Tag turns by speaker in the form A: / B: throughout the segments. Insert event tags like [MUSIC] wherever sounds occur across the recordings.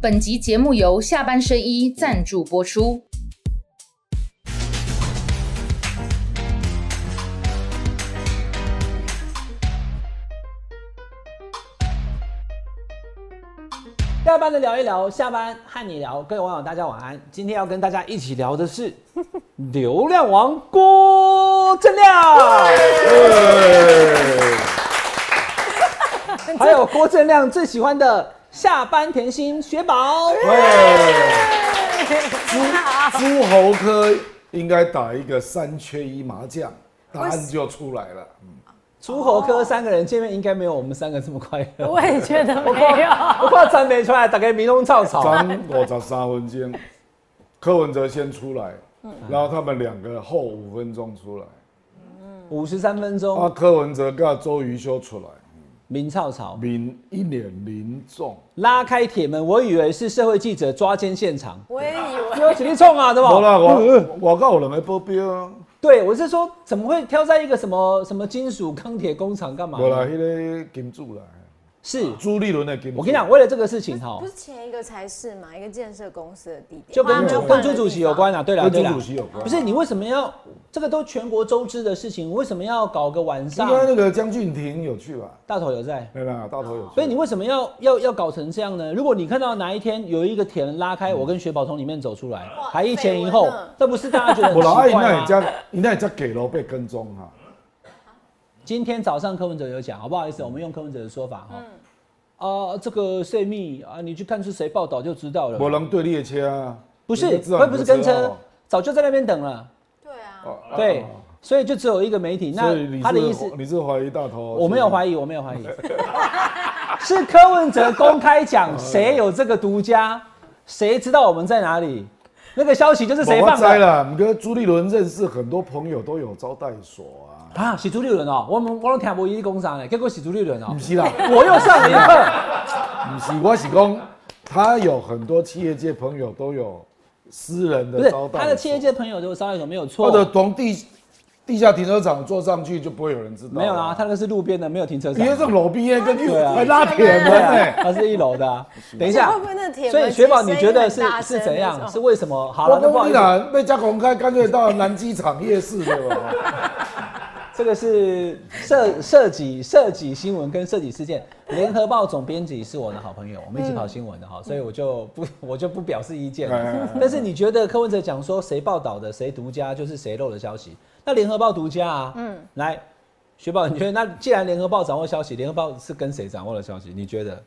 A: 本集节目由下半身衣赞助播出。
B: 下班的聊一聊，下班和你聊，各位网友大家晚安。今天要跟大家一起聊的是 [LAUGHS] 流量王郭正亮，
C: [LAUGHS]
B: 还有郭正亮最喜欢的下班甜心雪宝。
C: 诸侯科应该打一个三缺一麻将，答案就出来了。嗯
B: 诸侯科三个人见面应该没有我们三个这么快乐，
D: 我也觉得没有。
B: 我怕真没出来，大概迷龙草草。
C: 张我找三分钟，柯文哲先出来，
B: 嗯
C: 然后他们两个后五分钟出来，
B: 五十三分钟，
C: 啊，柯文哲跟周瑜修出来，
B: 明草草
C: 民一脸凝重，
B: 拉开铁门，我以为是社会记者抓奸现场，
D: [LAUGHS] 我也以为
B: 因为起立冲啊，对吧？
C: 好啦，我我告我人没保镖啊，
B: 对，我是说，怎么会挑在一个什么什么金属钢铁工厂干嘛呢？
C: 我来那个金主来，
B: 是，
C: 朱立伦的金主。
B: 我跟你讲，为了这个事情哈
D: 不，是前一个才是嘛，一个建设公司的地点，
B: 就跟
C: 就
B: 朱
C: 换
B: 跟朱主席有关啊。对了，
C: 跟
B: 对
C: 朱
B: 了
C: 主，席有关，
B: 不是你为什么要这个都全国周知的事情，为什么要搞个晚
C: 应
B: 上？
C: 该那个江俊廷有去吧？
B: 大头有在。
C: 对啦，大头有去。
B: 所以你为什么要要要搞成这样呢？如果你看到哪一天有一个铁门拉
C: 嗯
B: 开，我跟雪宝从里面走出来，还一前一
D: 绯
B: 后
D: 闻啊，
B: 这不是大 [LAUGHS] 家觉得很
C: [LAUGHS] 我老爱
B: 奇怪
C: 那
B: 吗
C: 你？家，你那你家给楼被跟踪啊哈、
B: 今天早上柯文哲有讲，好不好意思？我们用柯文哲的说法哈。
D: 嗯
B: 啊，这个泄密啊，你去看是谁报道就知道了。
C: 没人对列车啊，
B: 不
C: 你
B: 是，
C: 就知道哦
B: 不不是跟
C: 你就知道
B: 车，早就在那边等了。
D: 对啊，
C: 哦啊
B: 对，所以就只有一个媒体。
C: 所以
B: 那
C: 你是
B: 他的意思，
C: 你是怀疑大头？啊
B: 我没有
C: 疑，
B: 怀疑，我没有怀疑， [LAUGHS] 是柯文哲公开讲，谁有这个独家，谁知道我们在哪里？那个消息就是谁
C: 我
B: 放
C: 栽
B: 的
C: 了。你跟朱立伦认识，很多朋友都有招待所啊， [LAUGHS]
B: 啊？洗足六轮哦，我们我都听无伊工商嘞，结果洗足六轮哦
C: 不，是啦，
B: 我又上你课。
C: [LAUGHS] 不是，我是讲他有很多企业界朋友都有私人
B: 不是
C: 的招待所，
B: 他的企业界朋友都有商业所没有
C: 或者
B: 错，
C: 从地地下停车场坐上去就不会有人知道。啊
B: 没有啦，他那个是路边的，没有停车
C: 你这
B: 场。
C: 种老毕业跟
B: 对啊
C: 还拉铁门
B: 对啊
C: 呢。
B: 他是一楼的啊。等一
D: 而且
B: 下
D: 会不会那个铁，门
B: 所以雪宝，
D: 其实
B: 你觉得是
D: 声音很大
B: 是
D: 声
B: 怎
D: 那
B: 样？
D: 种
B: 是为什么？好
C: 我
B: 了，那
C: 跟
B: 不好
C: 你
B: 意思，
C: 讲，啊被加公开，干脆到南机场夜市对吧？
B: [LAUGHS] 这个是涉涉及涉及新闻跟涉及事件。联合报总编辑是我的好朋友，
D: 嗯
B: 我们一起跑新闻的哈，所以我就不 [LAUGHS] 我就不表示意见
D: 嗯
C: 哎哎哎。
B: 但是你觉得柯文哲讲说谁报道的谁独家就是谁漏的消息，那联合报独家啊，嗯，来。雪宝，你觉得那既然联合报掌握消息，联合报是跟谁掌握了消息？你觉得？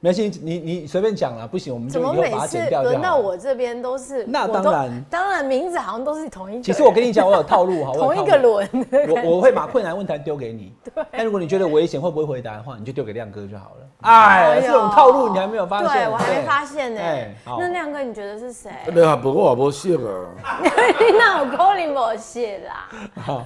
B: 没关系，你你你随便讲啦，不行我们就
D: 怎
B: 以
D: 么
B: 后
D: 每
B: 把它
D: 次
B: 剪掉就好
D: 轮
B: 了
D: 到我这边都是？
B: 那
D: 我都
B: 当然
D: 当然名字好像都是同一个人。
B: 其实我跟你讲，我有套路哈，我有套
D: 同一
B: 路
D: 个轮， [LAUGHS]
B: 我我会把困难问题丢给你。但如果你觉得危险会不会回答的话，你就丢给亮哥就好了。哎，
D: 呦
B: 这种套路你还没有发现？
D: 对我还没发现呢
B: 哎好。
D: 那亮哥，你觉得
B: [LAUGHS]
D: 是谁？
C: 你啊，不过我无熟啊。
D: 那我扣你某些
B: 啊
D: 啦。
B: 哦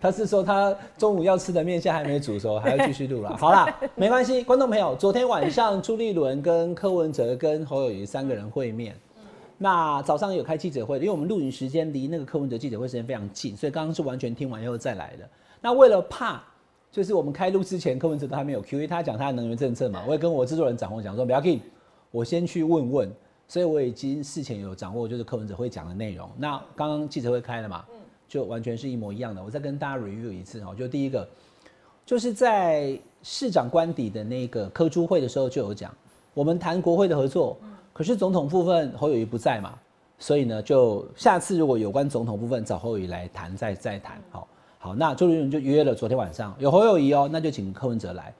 B: 他是说他中午要吃的面线还没煮熟，还要继续录啦。好啦，没关系，观众朋友，昨天晚上朱立伦跟柯文哲跟侯友谊三个人会面。那早上有开记者会，因为我们录影时间离那个柯文哲记者会时间非常近，所以刚刚是完全听完以后再来的。那为了怕，就是我们开录之前柯文哲都还没有 Q，因为他讲他的能源政策嘛，我也跟我制作人掌握讲说不要紧，我先去问问。所以我已经事前有掌握，就是柯文哲会讲的内容。那刚刚记者会开了嘛，就完全是一模一样的。我再跟大家 review 一次哦，就第一个，就是在市长官邸的那个科珠会的时候就有讲，我们谈国会的合作，可是总统部分侯友谊不在嘛，所以呢，就下次如果有关总统部分找侯友谊来谈，再再谈。好，好，那周杰伦就约了昨天晚上有侯友谊哦，那就请柯文哲来。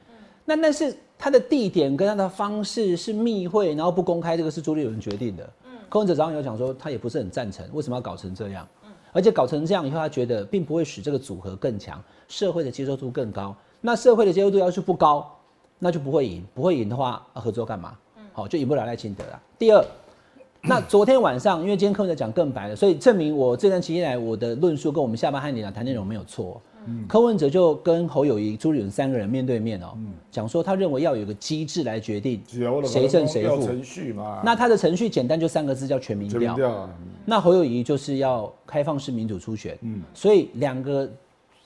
B: 那但是他的地点跟他的方式是密会，然后不公开，这个是朱立伦决定的。柯文哲早上有讲说，他也不是很赞成，为什么要搞成这样？而且搞成这样以后，他觉得并不会使这个组合更强，社会的接受度更高。那社会的接受度要是不高，那就不会赢，不会赢的话，啊合作干嘛？
C: 嗯
B: 好，就赢不了赖清德了。第二，那昨天晚上，因为今天柯文哲讲更白了，所以证明我这段期间来我的论述跟我们下班和你俩谈内容没有错。
C: 嗯
B: 柯文哲就跟侯友谊、朱立伦三个人面对面哦，
C: 嗯
B: 讲说他认为要有一个机制来决定
C: 是啊我就
B: 谁胜谁
C: 要
B: 负。
C: 程序嘛。
B: 那他的程序简单，就三个字叫全民
C: 全民
B: 调。
C: 调啊，
B: 那侯友谊就是要开放式民主初选，所以啊两个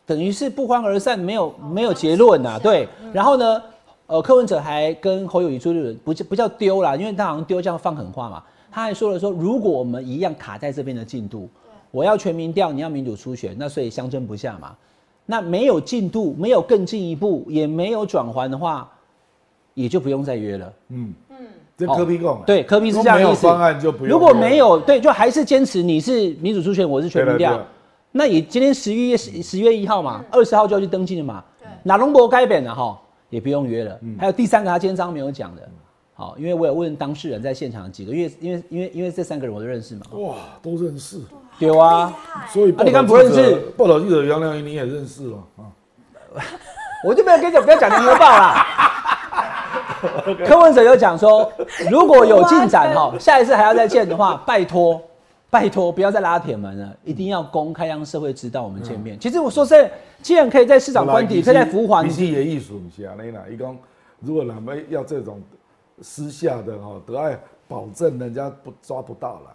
B: 等于是不欢而散，没有没有结论呐、对。然后呢，呃，柯文哲还跟侯友谊朱立伦不叫不叫丢啦，因为他好像丢这样放狠话嘛。他还说了说，如果我们一样卡在这边的进度，我要全民调，你要民主初选，那所以相争不下嘛。那没有进度，没有更进一步，也没有转圜的话，也就不用再约了。
C: 嗯嗯，这科比共
B: 哦对，柯比是这样
C: 没
B: 的
C: 有
B: 意思。
C: 方案就不用。
B: 如果没有，对，就还是坚持你是民主初选，我是全民
C: 对了
B: 调
C: 对了。
B: 那你今天十一月十十月一号嘛，二十号就要去登记了嘛
D: 对。
B: 哪龙博该本了哈，也不用约了。
C: 嗯
B: 还有第三个，他今天章没有讲的，好，因为我有问当事人在现场几个月，因为因为因为这三个人我都认识嘛。
C: 哇，都认识，
B: 有啊，
C: 所以
B: 啊你看不认识
C: 报道记者报道记者杨亮英你也认识了啊？
B: 我就没有跟你讲，不要讲联合报啦。柯文哲有讲说，如果有进展哈，下一次还要再见的话，拜托，拜托，不要再拉铁门了，一定要公开让社会知道我们见
C: 嗯
B: 面。其实我说真的，既然可以在市长官邸，可以在服务环
C: 你
B: 境，
C: 是也艺术，不是啊？你啦，伊讲如果咱们要这种私下的哈，都要保证人家不抓不到啦。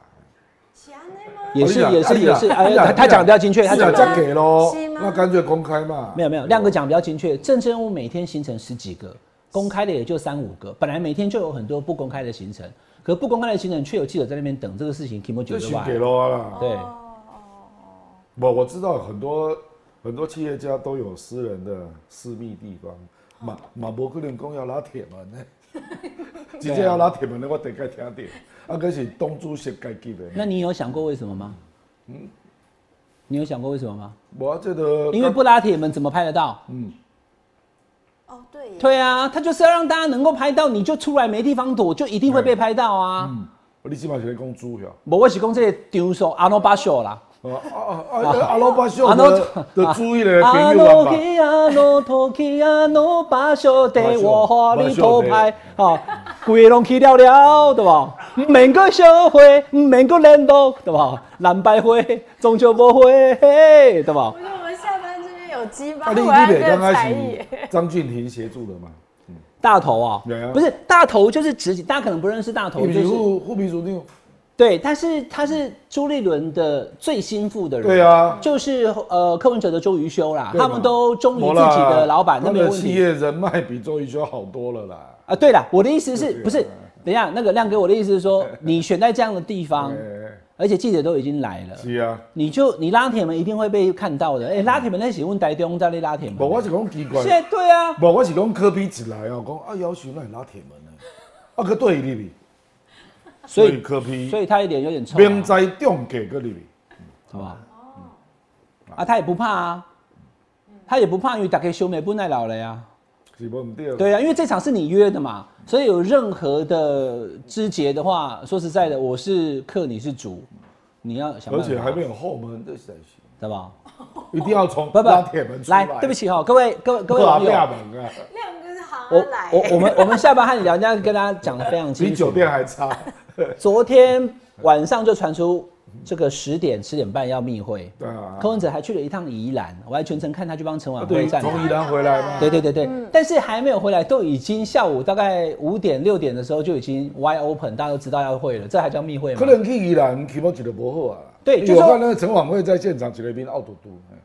B: 也是
C: 啊你
B: 也
C: 啦
B: 是也是，
C: 啊
B: 哎
C: 你啦，
B: 他他讲得比较精确，他
C: 是啊
B: 讲得
D: 得比较
C: 这样给喽
D: 是，吗
C: 那干脆公开嘛。
B: 没有没有，亮哥讲比较精确，政治任务每天行程十几个，公开的也就三五个，本来每天就有很多不公开的行程，可不公开的行程却有记者在那边等这个事情，题目
C: 就
B: 九十
C: 先
B: 万，
C: 给喽啦。
B: 对。
D: 哦
C: 我我知道很多很多企业家都有私人的私密地方，
B: 哦
C: 马马伯克林公要拉铁门
B: [LAUGHS]
C: 呢，直接要拉铁门的我得该听点，啊，可是东主席该记的。
B: 那你有想过为什么吗？你有想过为什么吗？
C: 我啊这个
B: 因为不拉铁门怎么拍得到？
C: 嗯，
D: 哦，对耶，
B: 对啊，他就是要让大家能够拍到，你就出来没地方躲，就一定会被拍到啊。
C: 你起码是在讲猪呀。
B: 我我是讲这个丢手阿诺巴秀啦，
C: 啊啊啊！阿罗巴秀
B: 啊
C: 的的注意的朋友啊
B: 阿
C: 玩
B: 诺
C: 吧，
B: 基阿诺托基阿诺巴秀带我和你偷拍，哦，鬼拢去了了，对吧？唔免个相会，唔免个联络，对吧？蓝白灰终究不会，嘿对吧
D: 我？觉得我们下班这边有鸡巴，
C: 啊，
D: 我
C: 你
D: 还
C: 你
D: 没
C: 得刚
D: 有才艺
C: 开。始张俊廷协助
B: [LAUGHS]
C: 的嘛，
B: 大头啊
C: 对啊，
B: 不是大头就是直己，大家可能不认识大头，
C: 你
B: 就是是
C: 副副秘书长，
B: 对，他是他是朱立伦的最心腹的人，
C: 对啊
B: 就是呃柯文哲的周瑜修啦，
C: 对嘛
B: 他们都忠于
C: 没
B: 自
C: 啦
B: 己的老板，那
C: 他
B: 没有
C: 的
B: 问
C: 企
B: 题
C: 业人脉比周瑜修好多了啦。
B: 啊。对了，我的意思是
C: 对啊
B: 不是？等一下，那个亮哥，我的意思是
C: [LAUGHS]
B: 说，你选在这样的地方，
C: 哎
B: 而且记者都已经来了，
C: 是啊，
B: 你就你拉铁门一定会被看到的。哎，拉铁门那喜问台中在那拉铁门，
C: 无我是讲奇怪
B: 现，在对啊，
C: 无我是讲科比一来哦，讲啊要求那拉铁门呢，啊个对入去，
B: 所
C: 所以
B: 以
C: 科比
B: 所以他一点有点臭啊，
C: 明在中给个入去，
B: 好吧？
C: 哦
B: 啊，他也不怕啊，他也不怕，因为打开修眉不耐劳了呀。
C: 是不唔对？
B: 对啊，因为这场是你约的嘛，所以有任何的枝节的话，说实在的，我是客，你是主，你要想
C: 而
B: 办法，
C: 且还没有后门，这才
B: [LAUGHS]
C: 行，
B: 对吧？
C: 一定要从
B: 不不
C: 拉铁门出
B: 来，
C: 来。
B: 对不起哈、各位各位各位
C: 拉
B: 网友，
C: 铁门啊，
D: [LAUGHS] 亮哥是
B: 我
D: 行来，
B: 我我们我们下班和你聊，天跟大家讲的非常
C: 比
B: 清
C: 酒
B: 楚。
C: 店还
B: [LAUGHS]
C: 差。
B: 昨天晚上就传出这个十点十点半要密会，
C: 对啊，
B: 柯文哲还去了一趟宜兰，我还全程看他去帮陈
C: 啊
B: 婉
C: 对，
B: 慧站台。
C: 从宜兰回来嘛，
B: 对对对对，但是还没有回来，都已经下午大概五点六点的时候就已经 wide open，大家都知道要会了，这还叫密会吗
C: 可？能去宜兰起码一个不好啊。
B: 对
C: 因
B: 就
C: 为
B: 说
C: 我看那个陈晚会在现场一个面傲嘟嘟，嗯，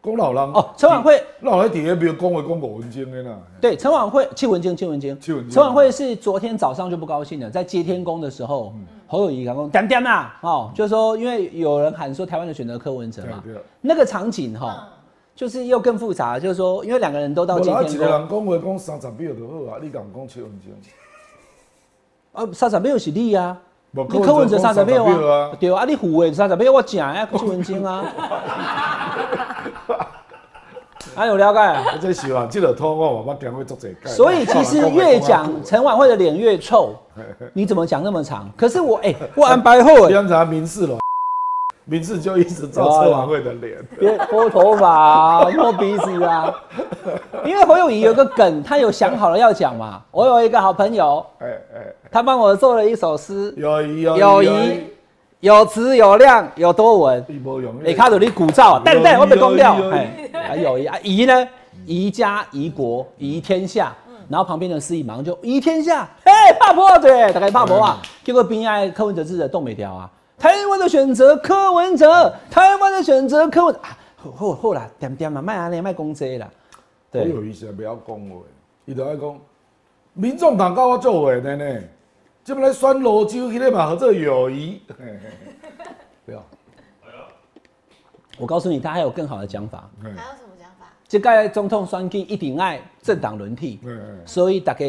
C: 讲老人
B: 哦，陈晚会
C: 老人底下没有讲话讲五分钟的啦，
B: 对陈晚会，戚文晶，戚文晶，
C: 戚文晶
B: 陈晚会是昨天早上就不高兴了，在接天宫的时候，
C: 嗯
B: 侯友谊讲说点点啦，哦，就是说因为有人喊说台湾的选择柯文哲嘛
C: 对对，
B: 那个场景哈，就是又更复杂，就是说因为两个人都到
C: 我
B: 接
C: 拿一
B: 天
C: 个
B: 宫，
C: 人讲话讲三十秒就好啊，你敢讲七分钟？
B: 啊，三十秒是你啊。
C: 不
B: 你柯文哲三十秒
C: 柯文哲讲30秒
B: 啊
C: 啊， [LAUGHS]
B: 对啊，你虎的三十秒我讲啊，柯文晶啊，啊有了解啊？
C: 我真是啊，这个通我我讲会做这个。
B: 所以其实越讲陈婉慧的脸越臭，你怎么讲那么长？可是我哎、我安排后哎，
C: 检查民事了，民事就一直照
B: 啊
C: 车晚会的脸。
B: 别拨头发、啊、摸鼻子啊，因为侯友谊有个梗，他有想好了要讲嘛。我有一个好朋友，
C: 哎哎，
B: 他帮我做了一首诗，
C: 友谊
B: 友谊有词有量有多文，
C: 义无用。
B: 你看到你鼓噪，蛋蛋会被攻掉
C: 有。
B: 哎，还有一啊，宜呢，宜家、宜国、宜天下。然后旁边的司仪马上就宜天下，哎，怕破对，大概怕破
C: 嗯
B: 啊。结果边爱柯文哲自己动没掉啊。台湾的选择柯文哲，台湾的选择柯文啊啊，好好好啦，点点嘛，卖安尼卖公债啦。
C: 我
B: 对，
C: 有一些不要恭维，伊就爱讲，民众党甲我做伙的呢，即摆来选泸州，迄个嘛合作友谊，嘿嘿嘿对啊，
B: 哦我告诉你，他还有更好的讲法。
C: 嘿
D: 还有什么想法？
B: 这届总统选举一定爱政党轮替，
C: 嘿嘿
B: 所以大家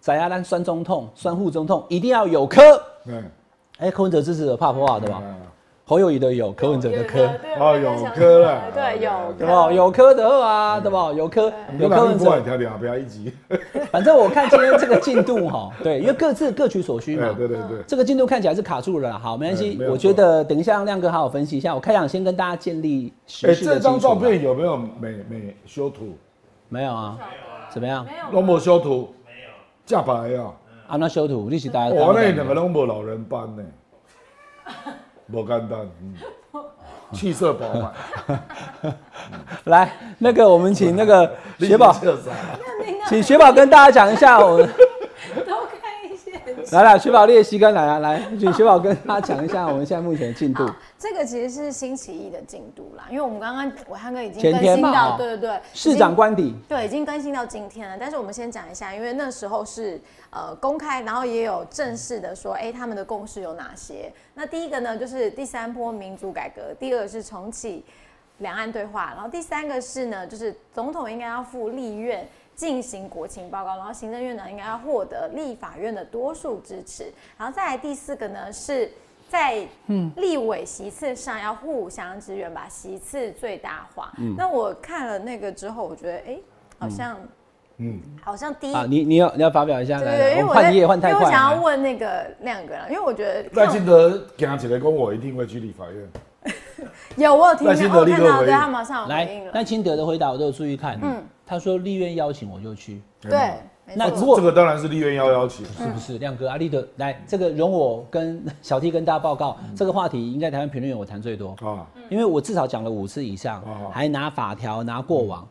B: 知影咱选总统、选副总统一定要有科。
C: 嘿，
B: 哎、柯文哲支持的怕不怕对吧？
C: 嗯
B: 侯友谊的有，柯文哲的科，
C: 哦有科啦
D: 对，有
B: 对吧？有科的好啊，对吧？有科
C: 我
B: 有
C: 们
B: 柯
C: 哪
B: 文
C: 里过来
B: 哲，
C: 听两边一集？
B: 反正我看今天这个进度哈，对，因为各自各取所需
C: 哎
B: 嘛。嗯
C: 对对对，
B: 这个进度看起来是卡住了啦，好，没关
C: 哎
B: 系
C: 没。有
B: 我觉得等一下让亮哥好好分析一下。我开场先跟大家建立实
C: 哎，
B: 事
C: 这
B: 的基础啦。
C: 张照片有没有美美修图？
B: 没有啊？怎么样？
C: 拢无修图？没有，假白啊！
B: 啊，那修图，你是大家
C: 我那两个拢无老人斑
B: [LAUGHS]
C: 呢，无简单，嗯，气色饱
B: [LAUGHS]
C: 满，
B: 来，那个我们请那个雪宝，
C: 气色啥？
B: 请雪宝跟大家讲一下，我们
D: 都看一些。
B: [LAUGHS] 来了，雪宝练习跟来啊来，请雪宝跟大家讲一下我们现在目前的进度。
D: 这个其实是星期一的进度啦，因为我们刚刚伟汉哥已经
B: 前
D: 更
B: 天
D: 新
B: 吧哦
D: 到，对对对，已
B: 市
D: 经
B: 长官邸，
D: 对，已经更新到今天了。但是我们先讲一下，因为那时候是呃公开，然后也有正式的说，哎、他们的共识有哪些？那第一个呢，就是第三波民主改革；第二个是重启两岸对话；然后第三个是呢，就是总统应该要赴立院进行国情报告，然后行政院呢应该要获得立法院的多数支持。然后再来第四个呢是。在
B: 嗯
D: 立委席次上要互相支援，把席次最大化。
B: 嗯
D: 那我看了那个之后，我觉得哎、诶好像
C: 嗯，
D: 好像第一，
B: 啊，你你要你要发表一下，
D: 对
B: 来
D: 对对，
B: 来，
D: 因为
B: 我
D: 我
B: 们
D: 在
B: 换页换太
D: 因为
B: 快
D: 我
B: 啊
D: 想要
B: 了。
D: 问那个亮哥啦，因为我觉得
C: 赖
D: 看
C: 清德行啊起来讲，我一定会去立法院。
D: 有我有听到，哦
C: 赖清德
D: 我
C: 立刻
D: 看到，
C: 回
D: 对
C: 应
D: 他马上有回应
B: 来，
D: 了
B: 赖，清德的回答我都有注意看，嗯，他说立院邀请我就去，
D: 对，没
B: 那
D: 错
B: 如果
C: 这个当然是立院要邀请，
B: 是不
D: 嗯
B: 是？亮哥，阿力的来，这个容我跟小 T 跟大家报告，
D: 嗯
B: 这个话题应该台湾评论员我谈最多，
C: 啊，
B: 因为我至少讲了五次以上
C: 哦，
B: 还拿法条拿过往。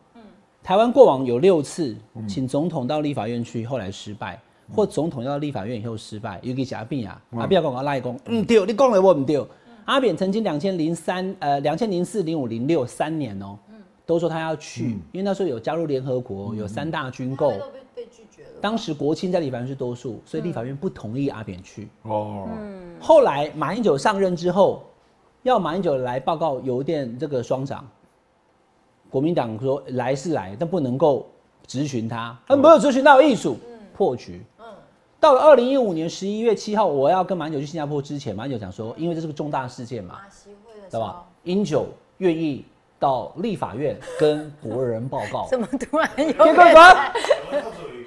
B: 台湾过往有六次，请总统到立法院去，后来失败，或总统要到立法院以后失败，尤其是阿扁啊，阿扁讲我赖讲，嗯对，你讲的我唔对。阿扁曾经两千零三、呃两千零四、零五、零六三年哦、都说他要去，因为那时候有加入联合国，有三大军购。
D: 被被拒绝了，
B: 当时国庆在立法院是多数，所以立法院不同意阿扁去。
C: 哦，
B: 后来马英九上任之后，要马英九来报告邮电这个双长，国民党说来是来，但不能够质询他，他没有质询到艺术，破局。到了二零一五年十一月七号，我要跟马英九去新加坡之前，马英九讲说，因为这是个重大事件嘛，
D: 习会的
B: 对吧？英九愿意到立法院跟国人报
D: [LAUGHS]
B: 告，
D: [LAUGHS] 怎么突然有
B: 结果
D: 点
B: 什么？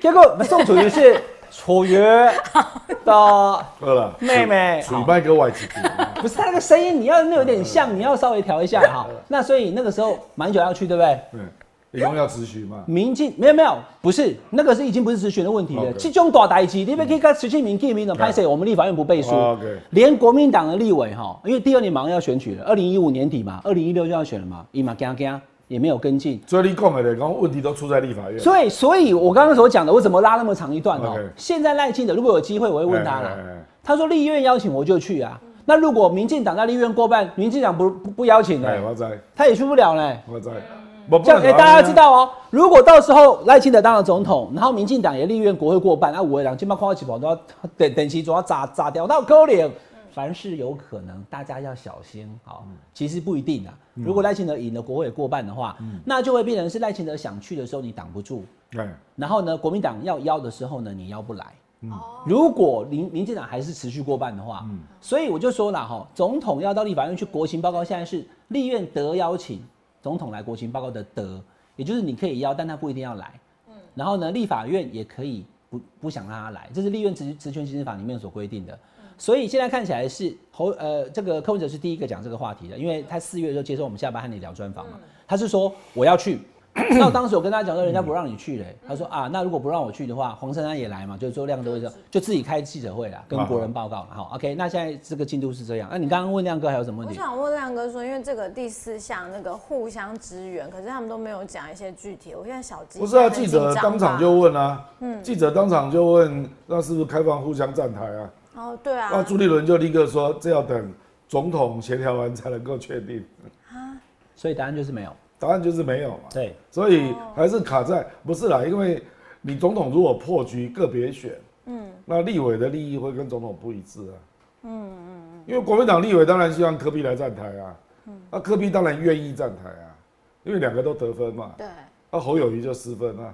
B: 结果宋楚瑜是楚瑜的
C: 饿了，
B: 妹妹，
C: 水麦给
B: [LAUGHS]
C: 我一起听。
B: 不是他那个声音，你要那有点像，你要稍微调一下
C: 嗯
B: 哈。那所以那个时候马英九要去，对不对？
C: 对，一嗯共要咨询嘛，
B: 民进没有没有，不是那个是已经不是直选的问题了。
C: OK
B: 这种大代志，你别去跟习近平见面了，拍谁？我们立法院不背书
C: 哦 OK，
B: 连国民党的立委哈，因为第二年马上要选举了，二零一五年底嘛，二零一六就要选了嘛，伊嘛惊惊也没有跟进，
C: 所以你讲的就是讲问题都出在立法院。
B: 所以，所以我刚刚所讲的，我怎么拉那么长一段哦
C: OK
B: 现在赖清德如果有机会，我会问他
C: 哎
B: 了
C: 哎哎哎。
B: 他说立院邀请我就去啊。那如果民进党在立院过半，民进党不不不邀请呢、
C: 哎，我知，
B: 他也去不了呢、
C: 我知，我
B: 嗯这样，哎、大家知，道哦。如果到时候赖清德当了总统，然后民进党也立院国会过半，那五位党金包括起跑都要等等其总要炸炸掉，那勾脸。凡事有可能，大家要小心。好，其实不一定啊。如果赖清德赢了国会也过半的话，那就会变成是赖清德想去的时候你挡不住，
C: 哎，
B: 然后呢，国民党要邀的时候呢，你邀不来。如果民民进党还是持续过半的话，所以我就说了哈，总统要到立法院去国情报告，现在是立院得邀请，总统来国情报告的得，也就是你可以邀，但他不一定要来。然后呢，立法院也可以不不想让他来，这是立院职职权行使法里面所规定的。所以现在看起来是侯呃，这个柯文哲是第一个讲这个话题的，因为他四月的时候接受我们下班和你聊专访
D: 嗯
B: 嘛，他是说我要去。 [CLEARS THROAT] 那当时我跟他讲说，人家不让你去嘞、他说啊，那如果不让我去的话，黄珊珊也来嘛，就是周亮都会说，就自己开记者会啦，跟国人报告啦。好，OK，那现在这个进度是这样。那、你刚刚问亮哥还有什么问
D: 我
B: 题？
D: 想问亮哥说，因为这个第四项那个互相支援，可是他们都没有讲一些具体。我现在小鸡
C: 不是啊，
D: 很
C: 记
D: 紧
C: 者
D: 张
C: 当场
D: 吧
C: 就问啊，记者当场就问，那是不是开放互相站台啊？
D: 哦，对啊，
C: 那朱立伦就立刻说，这要等总统协调完才能够确定，
B: 所以答案就是没有。
C: 答案就是没有嘛。
B: 对，
C: 哦所以还是卡在不是啦，因为你总统如果破局个别选，嗯，那立委的利益会跟总统不一致啊。嗯嗯因为国民党立委当然希望柯比来站台啊，那柯比当然愿意站台啊，因为两个都得分嘛。
D: 对，
C: 那啊侯友谊就失分啊。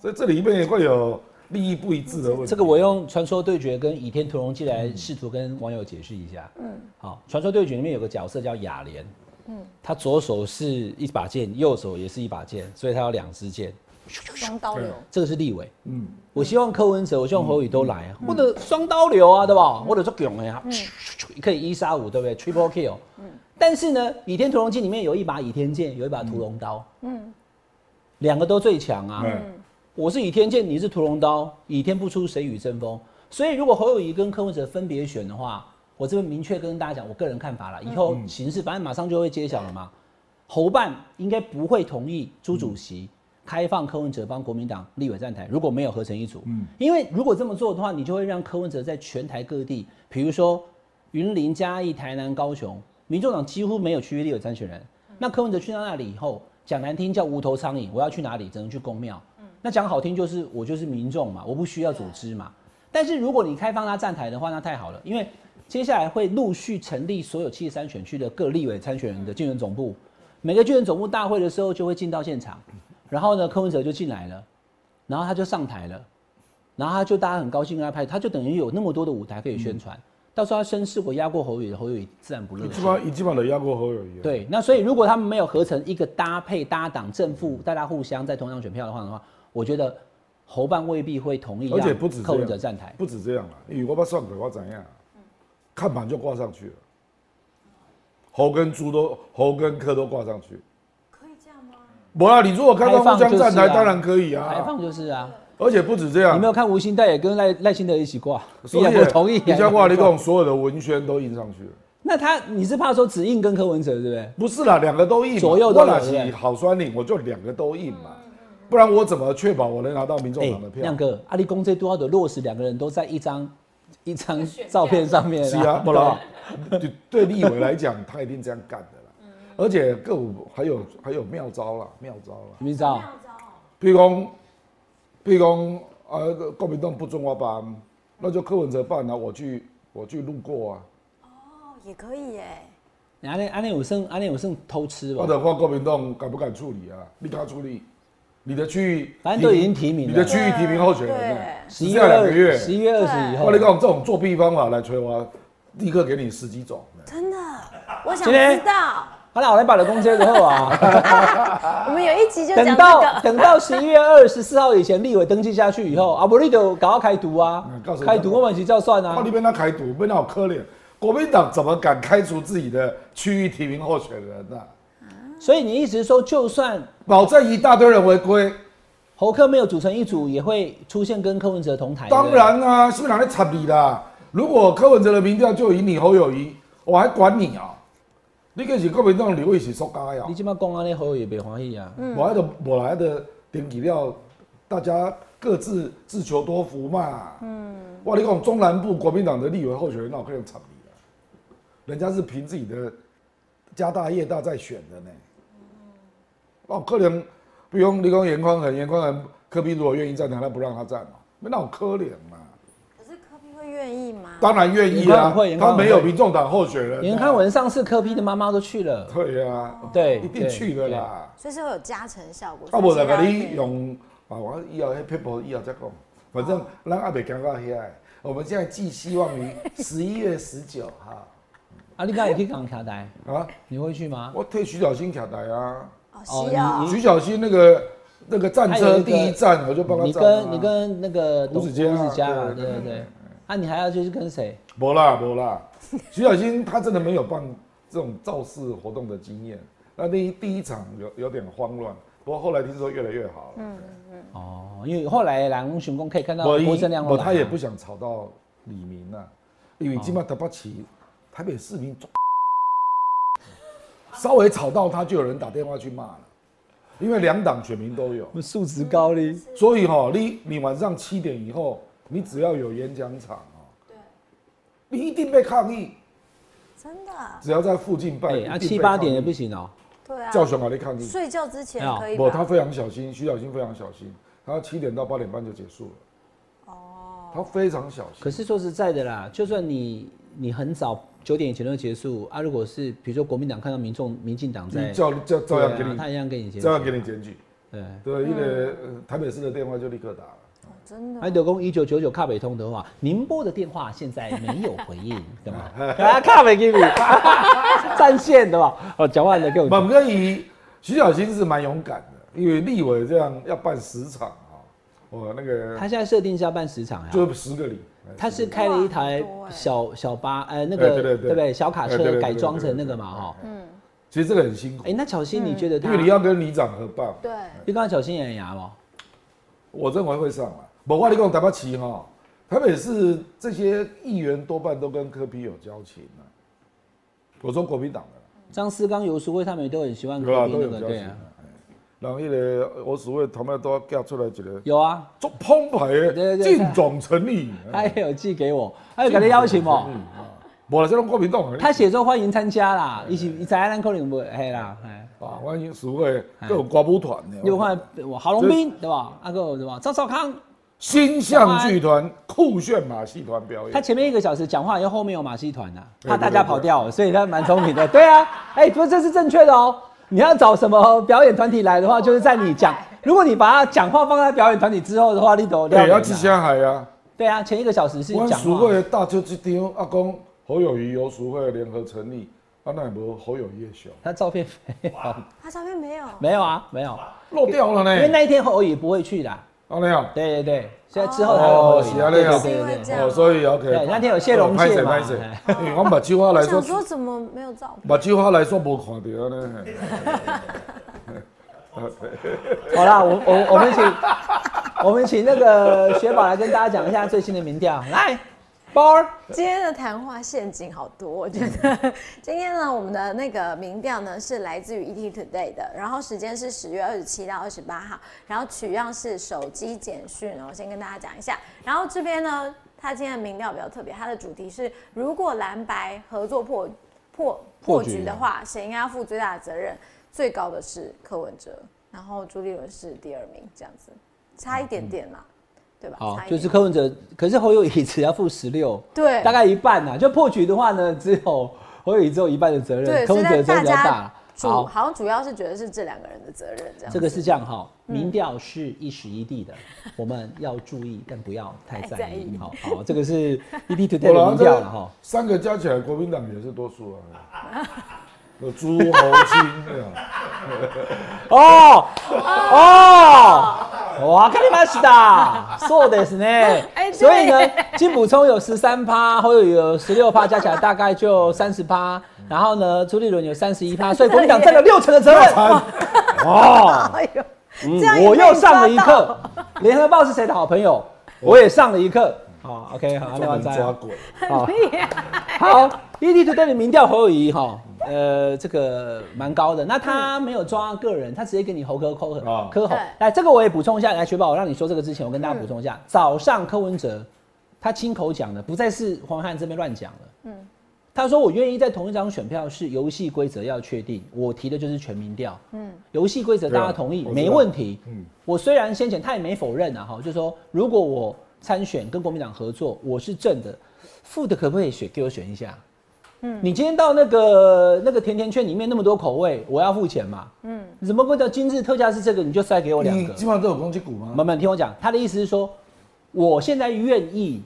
C: 所以这里面也会有利益不一致的问题。
B: 这个我用《传说对决》跟《倚天屠龙记》来试图跟网友解释一下。嗯，好，《传说对决》里面有个角色叫雅莲，嗯，他左手是一把剑，右手也是一把剑，所以他有两支剑。
D: 双刀流。
B: 这个是立委，
C: 嗯，
B: 我希望柯文哲，我希望侯友宜都来啊，或者双刀流啊，对吧？或者说囧哎啊，可以一杀五，对不对？Triple kill。但是呢，《倚天屠龙记》里面有一把倚天剑，有一把屠龙刀，嗯，两个都最强啊。
C: 嗯，
B: 我是倚天剑，你是屠龙刀，倚天不出，谁与争锋？所以如果侯友谊跟柯文哲分别选的话，我这边明确跟大家讲，我个人看法啦，以后形势反正马上就会揭晓了嘛。侯办应该不会同意朱主席开放柯文哲帮国民党立委站台，如果没有合成一组，因为如果这么做的话，你就会让柯文哲在全台各地，比如说云林、嘉义、台南、高雄，民众党几乎没有区域立委参选人。那柯文哲去到那里以后，讲难听叫无头苍蝇，我要去哪里只能去公庙。那讲好听就是我就是民众嘛，我不需要组织嘛。但是如果你开放他站台的话，那太好了，因为接下来会陆续成立所有七十三选区的各立委参选人的竞选总部，每个竞选总部大会的时候就会进到现场，然后呢，柯文哲就进来了，然后他就上台了，然后他就大家很高兴跟他拍，他就等于有那么多的舞台可以宣传，到时候他声势我压过侯友宜，侯友宜自然不乐
C: 你
B: 意。
C: 基本上你基本上都压过侯友谊。，
B: 嗯
C: 啊
B: 对，那所以如果他们没有合成一个搭配搭档正负，大家互相在同样选票的话的话，我觉得侯办未必会同意
C: 而且
B: 让
C: 不止这样
B: 柯文哲站台。
C: 不止这样了，如果把算鬼我怎样啊？看板就挂上去了，猴跟猪都猴跟科都挂上去。
D: 可以这样吗？
C: 不啦，你如果开放互相站
B: 开放就是啊
C: 台，当然可以
B: 开
C: 啊。
B: 放就是啊，
C: 而且不止这
B: 你
C: 样
B: 没，有看吴兴代也跟赖赖清德一起挂，
C: 所
B: 你
C: 以
B: 也不同意。
C: 你像挂立共所有的文宣都印上去了。
B: 那他你是怕说只印跟柯文哲对不对？
C: 不是啦，两个都印嘛，
B: 左右都有
C: 我哪
B: 对不
C: 是
B: 对
C: 好酸领，我就两个都印嘛，不然我怎么确保我能拿到民众党的票
B: 哎亮？哥，阿里公这多少的落实，两个人都在一张一张照片上面
C: 是啊，
B: [LAUGHS]
C: 不然对对立委来讲，他一定这样干的啦。而且各五还有还有妙招啦，妙招啦。
B: 你知道？
C: 譬如讲，譬如讲，呃，国民党不中华帮，那就柯文哲办啊，我去我去路过啊，
D: 哦，也可以耶。
B: 安内安内武胜安内武胜偷吃吧
C: 或？者看国民党敢不敢处理啊？你敢处理？你的区域
B: 反正都已经提名了
C: 你的区域提名候选人呢、
D: 对
B: 十
C: 只
B: 一
C: 要
B: 月
C: 两个月，
B: 二十一月二十以后
C: 我，跟你讲，这种作弊方法来催我，立刻给你十几种。
D: 真的，我想
B: 今天
D: 知道。
B: 好啦，我来把了公车之后
C: [LAUGHS]
B: 啊。
D: 我们有一集就讲这
B: 等到
D: 个，
B: 等到十一月二十四号以前，立委登记下去以后，啊，不，你就搞到开读啊
C: 嗯告诉，你
B: 开读我们一起照算
C: 哦那
B: 啊
C: 你。被他开除，被那好可怜。国民党怎么敢开除自己的区域提名候选人啊呢、
B: 所以你一直说，就算
C: 保证一大堆人违规，
B: 侯克没有组成一组，也会出现跟柯文哲同台。
C: 当然啊，是不是哪来插你啦？如果柯文哲的民调就赢你侯友谊，我还管你啊、你可是国民党刘一起收家呀哦
B: 对不对，你起码公安那侯友也别欢喜啊。
C: 我来的我来的点底料，大家各自自求多福嘛。嗯，哇，你讲中南部国民党的立委候选人，那我可以用场地了，人家是凭自己的家大业大在选的呢。哦，可能不用你讲严宽恒，严宽恒科比如果愿意站台，他不让他站嘛，那好可怜嘛。
D: 可是科比会愿意吗？
C: 当然愿意
B: 严宽
C: 啦
B: 恒会严，宽恒
C: 他
B: 会
C: 没有民众党候选人、啊。
B: 严康，文上次柯批的妈妈都去了，
C: 对啊，
B: 对，
C: 一定
B: 对
C: 去的。啦。
D: 所以是会有加成效果。
C: 啊，无就甲你
D: 有
C: 用啊，我以后迄 people 以后再讲，反正咱阿袂讲到遐的。我们现在寄希望
B: [LAUGHS]
C: 于十一月十九号
B: 啊，你刚才也可以讲卡台，
C: 啊，
B: 你会去吗？
C: 我替徐小新卡台啊，
D: 哦，是啊
B: 哦，
C: 徐小新那个那个战车第一站，我就帮他
B: 你
C: 站啊。
B: 跟你跟那个
C: 吴子嘉啊
B: 吴子嘉嘛，对
C: 对
B: 对
C: 对
B: 对。啊，你还要就是跟谁？
C: 无啦无啦，徐小新他真的没有办这种造势活动的经验，那第一第一场有有点慌乱，不过后来听说越来越好了。
B: 嗯哦，因为后来蓝龙雄工可以看到
C: 我一
B: 郭正亮后
C: 我
B: 来啊哦
C: 他也不想吵到李明呐、啊因为今麦台北市台北市民稍微吵到他，就有人打电话去骂了，因为两党选民都有，
B: 素质高哩。
C: 所以哈、你你晚上七点以后，你只要有演讲场哦，你一定被抗议，
D: 真的，
C: 只要在附近办，
B: 哎，
C: 一定
B: 啊，
C: 被
B: 七八
C: 抗
B: 点也
C: 议
B: 不行哦。
D: 对啊，
C: 叫熊啊，你抗议。
D: 睡觉之前可以
C: 不，
D: 吧？
C: 他非常小心，徐小新非常小心。它七点到八点半就结束了。
D: 哦，
C: 它非常小心。
B: 可是说实在的啦，就算你你很早九点以前就结束啊，如果是比如说国民党看到民众民进党在
C: 你，照照照样给
B: 对啊
C: 你，
B: 他一样给你结束，
C: 照样给你检举。
B: 对。
C: 对，因为呃台北市的电话就立刻打了。
D: 哦真的
B: 安德啊公一九九九卡北通的话，您拨的电话现在没有回应， [LAUGHS] 对
C: [LAUGHS]
B: 吗？啊，卡北给你 [LAUGHS] 占线，对吧？哦，讲完了给我
C: 满跟怡，徐小新是蛮勇敢的，因为立委这样要办十场啊，我那个
B: 他现在设定是要办十场呀，
C: 就十个礼，
B: 他是开了一台
D: 哇很多欸
B: 小小巴，呃，那
C: 哎
B: 个
C: 对对对
B: 不对？小卡
C: 哎对对
B: 车
C: 对
B: 改
C: 对
B: 装
C: 对
B: 成那
C: 对
B: 个
C: 对
B: 嘛，哈。
C: 其实这个很辛苦
B: 哎，，那巧心，你觉得
C: 因
B: 他？
C: 为你要跟里长合办，
D: 对，
B: 你刚才巧心演牙吗？
C: 我认为会上了。我话你跟我台北市哈，台北市这些议员多半都跟柯批有交情啊。我说国民党的啦，
B: 张思刚、游淑慧他们也都很喜欢
C: 对吧？
B: 科比
C: 都
B: 那
C: 有
B: 个，
C: 交
B: 对
C: 情
B: 啊
C: 啊。，哎然后那个我所谓他们都要叫出来一个
B: 有啊，
C: 做澎湃
B: 对对
C: 的
B: 对
C: 进总成立，
B: 他也有寄给
C: [LAUGHS]
B: 我，他有给他邀请我。
C: 嗯我这种国民党的，
B: 他写说欢迎参加啦，
C: 嗯
B: 一起在咱可能不嘿啦，嘿。
C: 啊，我已经所谓
B: 哎
C: 各有歌舞团的，
B: 你有看我郝龙斌对吧？那个什么赵少康，
C: 星象剧团酷炫马戏团表
B: 他
C: 演，
B: 前面一个小时讲话，因为后面有马戏团呐，啊
C: 对
B: 怕大家
C: 对对
B: 跑掉了，所以他蛮聪明的。 [LAUGHS] 对啊，哎，不过这是正确的哦。你要找什么表演团体来的话，就是在你
C: [LAUGHS]
B: 讲，如果你把他讲话放在表演团体之后的话，你都
C: 对，
B: 了
C: 要去上海啊。
B: 对啊，前一个小时是
C: 我
B: 讲
C: 所
B: 话
C: 谓，的大邱之张啊，讲侯友谊、游淑慧联合成立，啊，那也无侯友谊的小
B: 他照片没有，
D: 他照片没有，
B: 没有啊，没有，
C: 漏掉了
B: 因为
C: 呢。
B: 那一天侯友也不会去的。
C: 啊，那样，
B: 对对对，所以之后才会侯友宜
C: 哦是啊
B: 对
C: 那样
B: 对对对对
D: 这样
C: 哦，所以 OK。
B: 对那天有谢龙
C: 拍
B: 介
C: 谁
B: 嘛
C: 拍谁，因为我目睭花
D: 我
C: 来
D: 想
C: 说，
D: 说怎么没有照片？
C: 目睭花来说无看到呢。 [LAUGHS]
B: 好啦，我我我们请我们请那个雪宝来跟大家讲一下最新的民调。来，包儿，
D: 今天的谈话陷阱好多，我觉
B: 嗯
D: 得。 [LAUGHS] 今天呢，我们的那个民调呢是来自于 ET Today 的，然后时间是十月二十七到二十八号，然后取样是手机简讯哦，先跟大家讲一下。然后这边呢，它今天的民调比较特别，它的主题是如果蓝白合作破破
B: 破
D: 破
B: 局
D: 局的话，谁应该要负最大的责任？最高的是柯文哲，然后朱立伦是第二名，这样子，差一点点啦，对吧？
B: 嗯好
D: 差，一
B: 就
D: 点
B: 是柯文哲，可是侯友宜只要负十六，
D: 对
B: 大概一半啊呐。就破局的话呢，只有侯友宜只有一半的责任，
D: 对，
B: 柯
D: 所以
B: 文哲的责任
D: 大
B: 比较大
D: 家。主好
B: 好，
D: 像主要是觉得是这两个人的责任这样。嗯
B: 这个是这样哈，民调是一时一
D: [LAUGHS]
B: 地的，我们要注意，但不要太
D: 太
B: 在
D: 在
B: 意。
D: 意
B: 好好，这个是
D: [LAUGHS]
B: ED
C: 对
B: Today 的
C: 了，
B: 民调了哈
C: 这。三个加起来，国民党也是多数啊。有朱侯清
B: [LAUGHS]
C: 啊，
B: 哦哦，哇，看你妈是的，そうですね。
D: [LAUGHS] 哎对
B: 所以呢，金补充有十三趴，侯友宜有十六趴，加起来大概就三十趴。然后呢，朱立伦有三十一趴，所以国民党占了六成的责任。
D: [LAUGHS]
B: 哦，
D: [LAUGHS] 哎呦，
B: 嗯
D: 这样也
B: 我
D: 被
B: 又
D: 你
B: 上了一
D: 抓 [LAUGHS]
B: 课。联合报是谁的好朋友？我也上了一课。好，OK，好，另外
C: 专门
B: 再
C: 抓鬼。
B: 好，好，ED Today 的民调侯友谊哈，呃，这个蛮高的。那他没有抓个人，他直接给你侯科扣
C: 啊
B: 科侯
D: 对。
B: 来，这个我也补充一下，来雪宝，我让你说这个之前，我跟大家补充一下，早上柯文哲他亲口讲的，不再是黄汉这边乱讲了。嗯，他说我愿意在同一张选票是游戏规则要确定，我提的就是全民调。嗯，游戏规则大家同意
C: 对我知
B: 没
C: 道
B: 问题。嗯
C: 嗯，
B: 我虽然先前他也没否认啊，哈，就说如果我参选跟国民党合作，我是正的，负的可不可以选给我选一下？嗯，你今天到那个那个甜甜圈里面那么多口味，我要付钱嘛？嗯，怎么会叫今日特价是这个，你就塞给我两
C: 你
B: 个？
C: 基本上都有攻击股吗？
B: 慢慢听我讲，他的意思是说，我现在愿意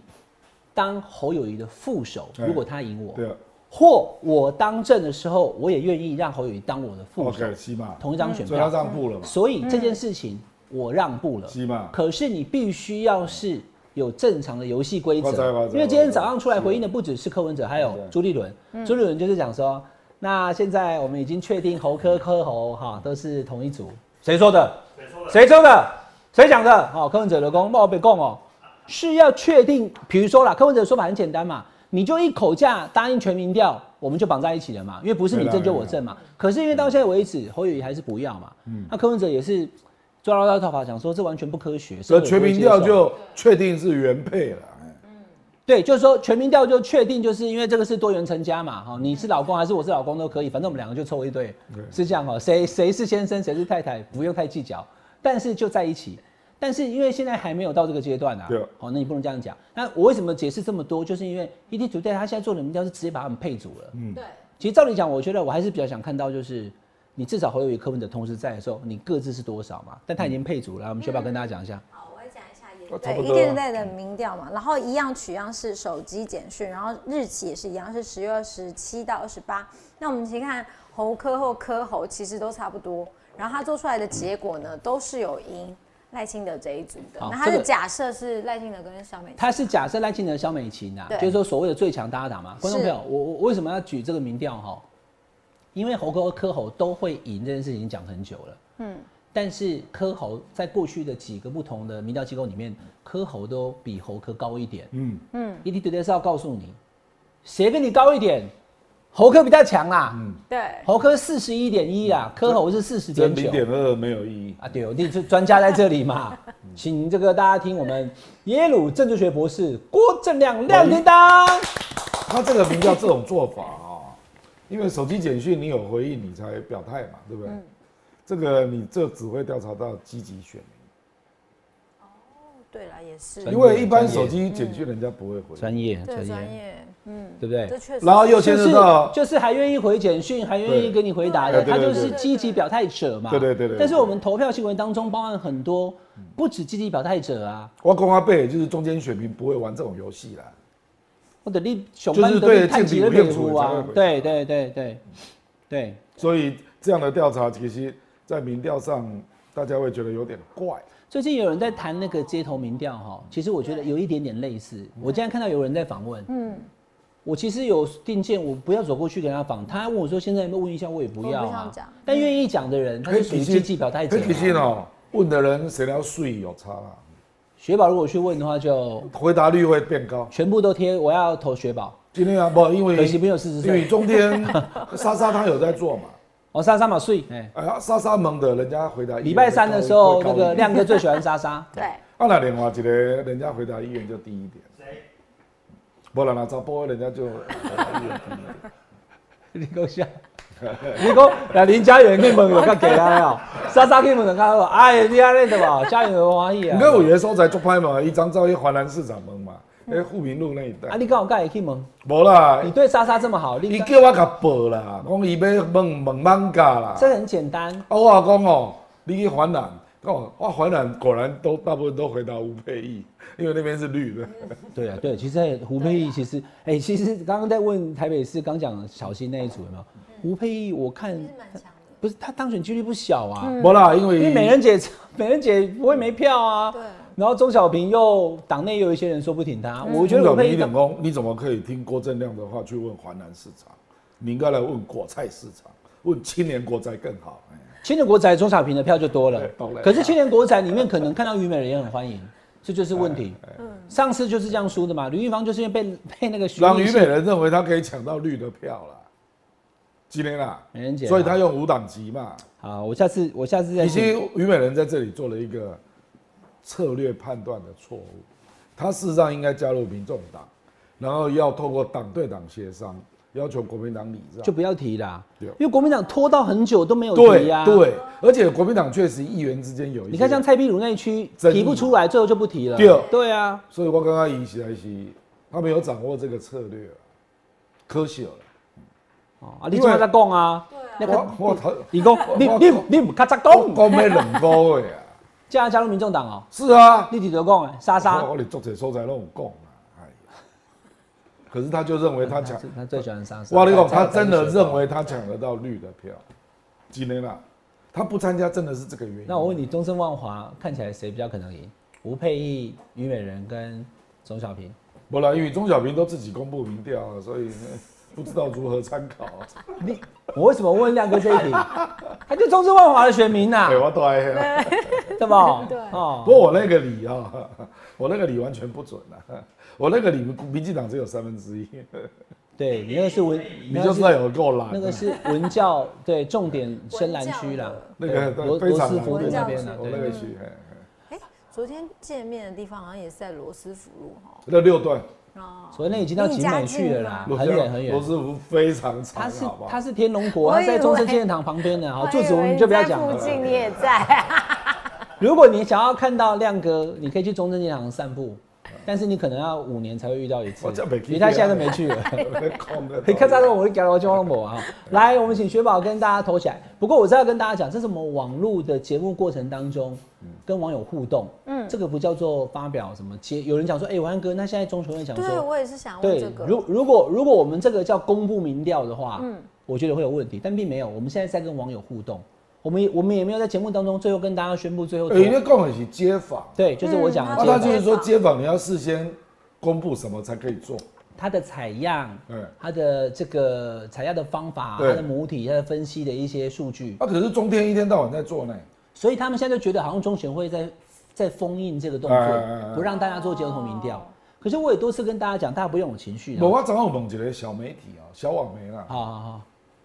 B: 当侯友谊的副手，
C: 哎
B: 如果他赢我，
C: 对啊
B: 或我当政的时候，我也愿意让侯友谊当我的副手，
C: ，OK，西马，
B: 同一张选
C: 所以他
B: 票。
C: 让步了嘛。
B: 所以这件事情我让步了，
C: 是嘛
B: 可是你必须要是有正常的游戏规
C: 我知道
B: 则
C: 我，知道
B: 因为今天早上出来回应的不只是柯文哲，还
C: 嗯
B: 有朱立伦。朱立伦就是讲说，那现在我们已经确定侯科柯侯哈都是同一组，谁说的？谁说的？谁讲的？哦，柯文哲的公报被供哦，是要确定，比如说啦，柯文哲的说法很简单嘛，你就一口价答应全民调，我们就绑在一起了嘛，因为不是你
C: 对
B: 挣
C: 啦嗯
B: 就我挣嘛。可是因为到现在为止，侯友宜还是不要嘛，那柯文哲也是抓到他头发，想说这完全不科学，社
C: 所以
B: 会
C: 全
B: 不会
C: 民
B: 接
C: 调
B: 受
C: 就确定是原配了。哎
B: 对，就是说全民调就确定，就是因为这个是多元成家嘛，哈、你是老公还是我是老公都可以，反正我们两个就凑一对，是这样哦、谁谁是先生，谁是太太，不用太计较，但是就在一起。但是因为现在还没有到这个阶段啊，
C: 对
B: 好、那你不能这样讲。那我为什么解释这么多？就是因为 ET Today 他现在做的民调是直接把他们配组了。
C: 嗯，
E: 对，
B: 其实照理讲，我觉得我还是比较想看到就是。你至少侯友谊、柯文哲同时在的时候，你各自是多少嘛？但他已经配组了，我们需要不要跟大家讲一下？
E: 好，我来讲一下也
C: 我差
D: 对，
C: 不
D: 一
C: 多
D: 天之
C: 啊。
D: 内的民调嘛，然后一样取样是手机简讯，然后日期也是一样，是十月二十七到二十八。那我们其实看猴科或科猴其实都差不多，然后它做出来的结果呢，都是有赢赖清德这一组的。
B: 好
D: 那它
B: 这
D: 是
B: 个
D: 假设是赖清德跟小美，
B: 他是假设赖清德、萧美琴啊，
D: 对
B: 就是说所谓的最强搭档嘛。观众朋
D: 是
B: 友，我我我为什么要举这个民调哈？因为侯哥、柯侯都会赢这件事情讲很久了，嗯，但是柯侯在过去的几个不同的民调机构里面，柯侯都比侯科高一点。
C: 嗯，
B: 一定对对是要告诉你，谁跟你高一点，侯科比较强啦，
C: 嗯
D: 对，
B: 侯科四十一点一啊，柯侯是四十
C: 这
B: 点
C: 零
B: 九。
C: 点二没有意义。
B: 啊，对，我定是专家在这里
C: [LAUGHS]
B: 嘛，
C: 嗯
B: 请这个大家听我们耶鲁政治学博士郭正亮亮叮当。
C: 那这个名叫这种做法啊、因为手机简讯你有回应，你才表态嘛，对不对？这个你这只会调查到积极选民，
D: 对了，也是
B: 专业
C: 因为一般手机简讯人家不会回，
B: 专业，
D: 对
B: 专
D: 专
B: 业，
D: 业，嗯，
B: 对不对
D: 这？确实。
C: 然后又牵
B: 就是
C: 涉到
B: 就是还愿意回简讯，还愿意
C: 对
B: 跟你回答的，
C: 对
B: 他
C: 对
B: 就
C: 对
B: 是
C: 对对
B: 积极表态者嘛。
C: 对对对对嗯
B: 但是我们投票行为当中包含很多，不止积极表态者啊，
C: 我公阿贝，就是中间选民不会玩这种游戏啦。
B: 或者你熊
C: 就
B: 班
C: 是
B: 德利
C: 对
B: 探
C: 见
B: 级
C: 敌
B: 的
C: 不厌
B: 北
C: 楚
B: 湖
C: 你才会
B: 啊
C: 回，答
B: 对对对对对。
C: 所以这样的调查，其实在民调上，大家会觉得有点怪。
B: 最近有人在谈那个街头民调哈，其实我觉得有一点点类似。我今天看到有人在访问，嗯，我其实有定见，我不要走过去跟他访，他问我说现在有没有问一下，我也不要
D: 我不
B: 啊
D: 想讲。。
B: 但愿意讲的人，他是属于积极表态者啊。
C: 很可惜哦，问的人谁要睡有差啦，
B: 雪宝如果去问的话，就
C: 回答率会变高。
B: 全部都贴我要投雪宝。
C: 今天啊，不因为
B: 可惜没有40
C: 因
B: 岁
C: 为中天莎莎她有在做嘛，
B: 哦，莎莎马睡，哎，
C: 哎呀，莎莎蒙的人家回答意愿会高。
B: 礼拜三的时候，
C: 会
B: 那
C: 高一点
B: 个亮哥最喜欢莎莎
D: 对，
C: 啊，那另外一个人家回答意愿就低一点。谁？不然啦，啊查甫的人家就回答意愿低一点。
B: 你够笑。 [LAUGHS] 你讲，那林家园去问有较给他哦， [LAUGHS] 莎莎去问人家说，哎呀，你安尼的吧，家园有欢喜啊。
C: 你看我有的时候才做拍嘛，一张照一华南市场门嘛，哎，富民路那一带
B: 嗯啊，。你刚好刚也去问，
C: 无啦
B: 你，对莎莎这么好，你
C: 伊叫我甲报啦，讲伊要问问放假啦。
B: 这很简单。
C: 啊，我阿公哦，你去环南，哦，我环南果然都大部分都回答吴佩义，因为那边是绿的。
B: 对啊，对，其实胡佩义其实，哎、其实刚刚在问台北市刚讲小新那一组有没有？胡佩义我看不是他当选几率不小啊，
C: 无啦，因为
B: 因为美人姐 [LAUGHS] 美人姐不会没票啊。
D: 对
B: 然后钟小平又党内又有一些人说不挺他，我觉
C: 中
B: 得
C: 小
B: 胡
C: 平
B: 佩
C: 一
B: 义
C: 点工，你怎么可以听郭正亮的话去问环南市场？你应该来问果菜市场，问青年果菜更好。哎
B: 青年国仔钟小平的票就多了
C: 对懂，了
B: 可是青年国仔里面可能看到虞美人也很欢迎，这就是问题。上次就是这样输的嘛，吕玉芳就是因为被被那个徐
C: 让
B: 立
C: 虞
B: 信
C: 美人认为他可以抢到绿的票啦，今天啦，
B: 美人姐啊
C: 所以他用五党籍嘛。
B: 好，我下次我下次再
C: 以及
B: 去。
C: 虞美人在这里做了一个策略判断的错误，她事实上应该加入民众党，然后要透过党对党协商，要求国民党礼让。
B: 就不要提啦，
C: 对
B: 因为国民党拖到很久都没有提
C: 对
B: 呀、
C: 对，而且国民党确实议员之间有一些，
B: 啊你看像蔡壁如那一区
C: 争议
B: 提不出来，最后就不提了。
C: 对哦
B: 对啊，
C: 所以我刚刚以起来是，他没有掌握这个策略啊，可惜了。
B: 哦啊，你怎么在讲啊？那个
C: 我我头
B: 你讲你
C: 我
B: 你你不卡在
C: 我
B: 讲，
C: 讲要两个月啊，
B: 这样加入民众党哦，
C: 是啊，
B: 你提得讲哎，莎莎
C: 我，我哋作者所在拢有讲啊，哎呀，可是他就认为他
B: 他 [LAUGHS]
C: 抢。
B: 他最喜欢莎莎。
C: 哇，你讲他真的认为他抢得到绿的票，几年了？他不参加真的是这个原因。
B: 那我问你，终身万华看起来谁比较可能赢？吴佩益、虞美人跟钟小平。
C: 不啦，因为钟小平都自己公布民调啊，
B: [LAUGHS]
C: 所以呃不知道如何参考啊。
B: 你我为什么问亮哥这一题？他就终身万华的选民呐、
C: 对，我都爱啊。
B: [LAUGHS] 对吧？
D: 对
B: 哦
C: 不，过我那个理啊， [LAUGHS] 我那个理完全不准啊。我那个理，民进党只有三分
B: [LAUGHS]
C: 之一，
B: 对你那个是文，
C: 你就知道有够懒啊。
B: 那个是文教对重点深蓝区啦，
C: 那个
B: 罗
C: 非
B: 罗
C: 常
B: 斯
C: 难
B: 福路
D: 文
B: 那
D: 教
B: 边
D: 区
B: 啦，
C: 我
B: 对
C: 那
B: 对
C: 个
B: 对
C: 区，嘿嘿
D: 哎，昨天见面的地方好像也是在罗斯福路哈。
C: 那六段
D: 哦，
B: 所以那已经到景美去了啦，
C: 罗
B: 很远很
C: 罗
B: 远。
C: 斯福非常
B: 他
C: 长，
B: 是
C: 好不
B: 他
C: 好？
B: 是天龙国，
D: 我
B: 他
D: 以
B: 在中正
D: 为
B: 哦纪念堂旁边的，好，
D: 我
B: 住址
D: 以
B: 我
D: 哎为
B: 们就不要讲
D: 在附
B: [LAUGHS] 了。
D: 近你也在，
B: 如果你想要看到亮哥，你可以去中正纪念堂散步，但是你可能要五年才会遇到一次
C: 我真没。去啊
B: 因为他现在都没去了。
C: 空的，
B: [LAUGHS] 你看到我会讲我就忘我啊！ [LAUGHS] 来，我们请雪宝跟大家投起来。不过我是要跟大家讲，这是我们网络的节目过程当中跟网友互动，嗯，这个不叫做发表什么接。有人讲说，哎、王安哥，那现在中学会讲
D: 对，啊
B: 说，
D: 我也是想问
B: 对
D: 这，个。
B: 如如果如果我们这个叫公布民调的话，嗯，我觉得会有问题，但并没有，我们现在在跟网友互动，我们也我们也没有在节目当中最后跟大家宣布最后
C: 哎、
B: 多。
C: 你那讲的是街访，
B: 对，就是我讲
D: 嗯
B: 的这
C: 那、
D: 街
B: 个
C: 啊他
D: 访
C: 就是说街访你要事先公布什么才可以做，
B: 它的采样
C: 嗯，
B: 它的这个采样的方法，
C: 对
B: 它的母体，它的分析的一些数据，
C: 啊，可是中天一天到晚在做呢，
B: 所以他们现在就觉得好像中选会在在封印这个动
C: 哎哎哎
B: 作
C: 哎，
B: 不让大家做街头民调。可是我也多次跟大家讲，大家不用有情绪啊。
C: 我我早上有问一个小媒体啊，小网媒啦，
B: 好好好，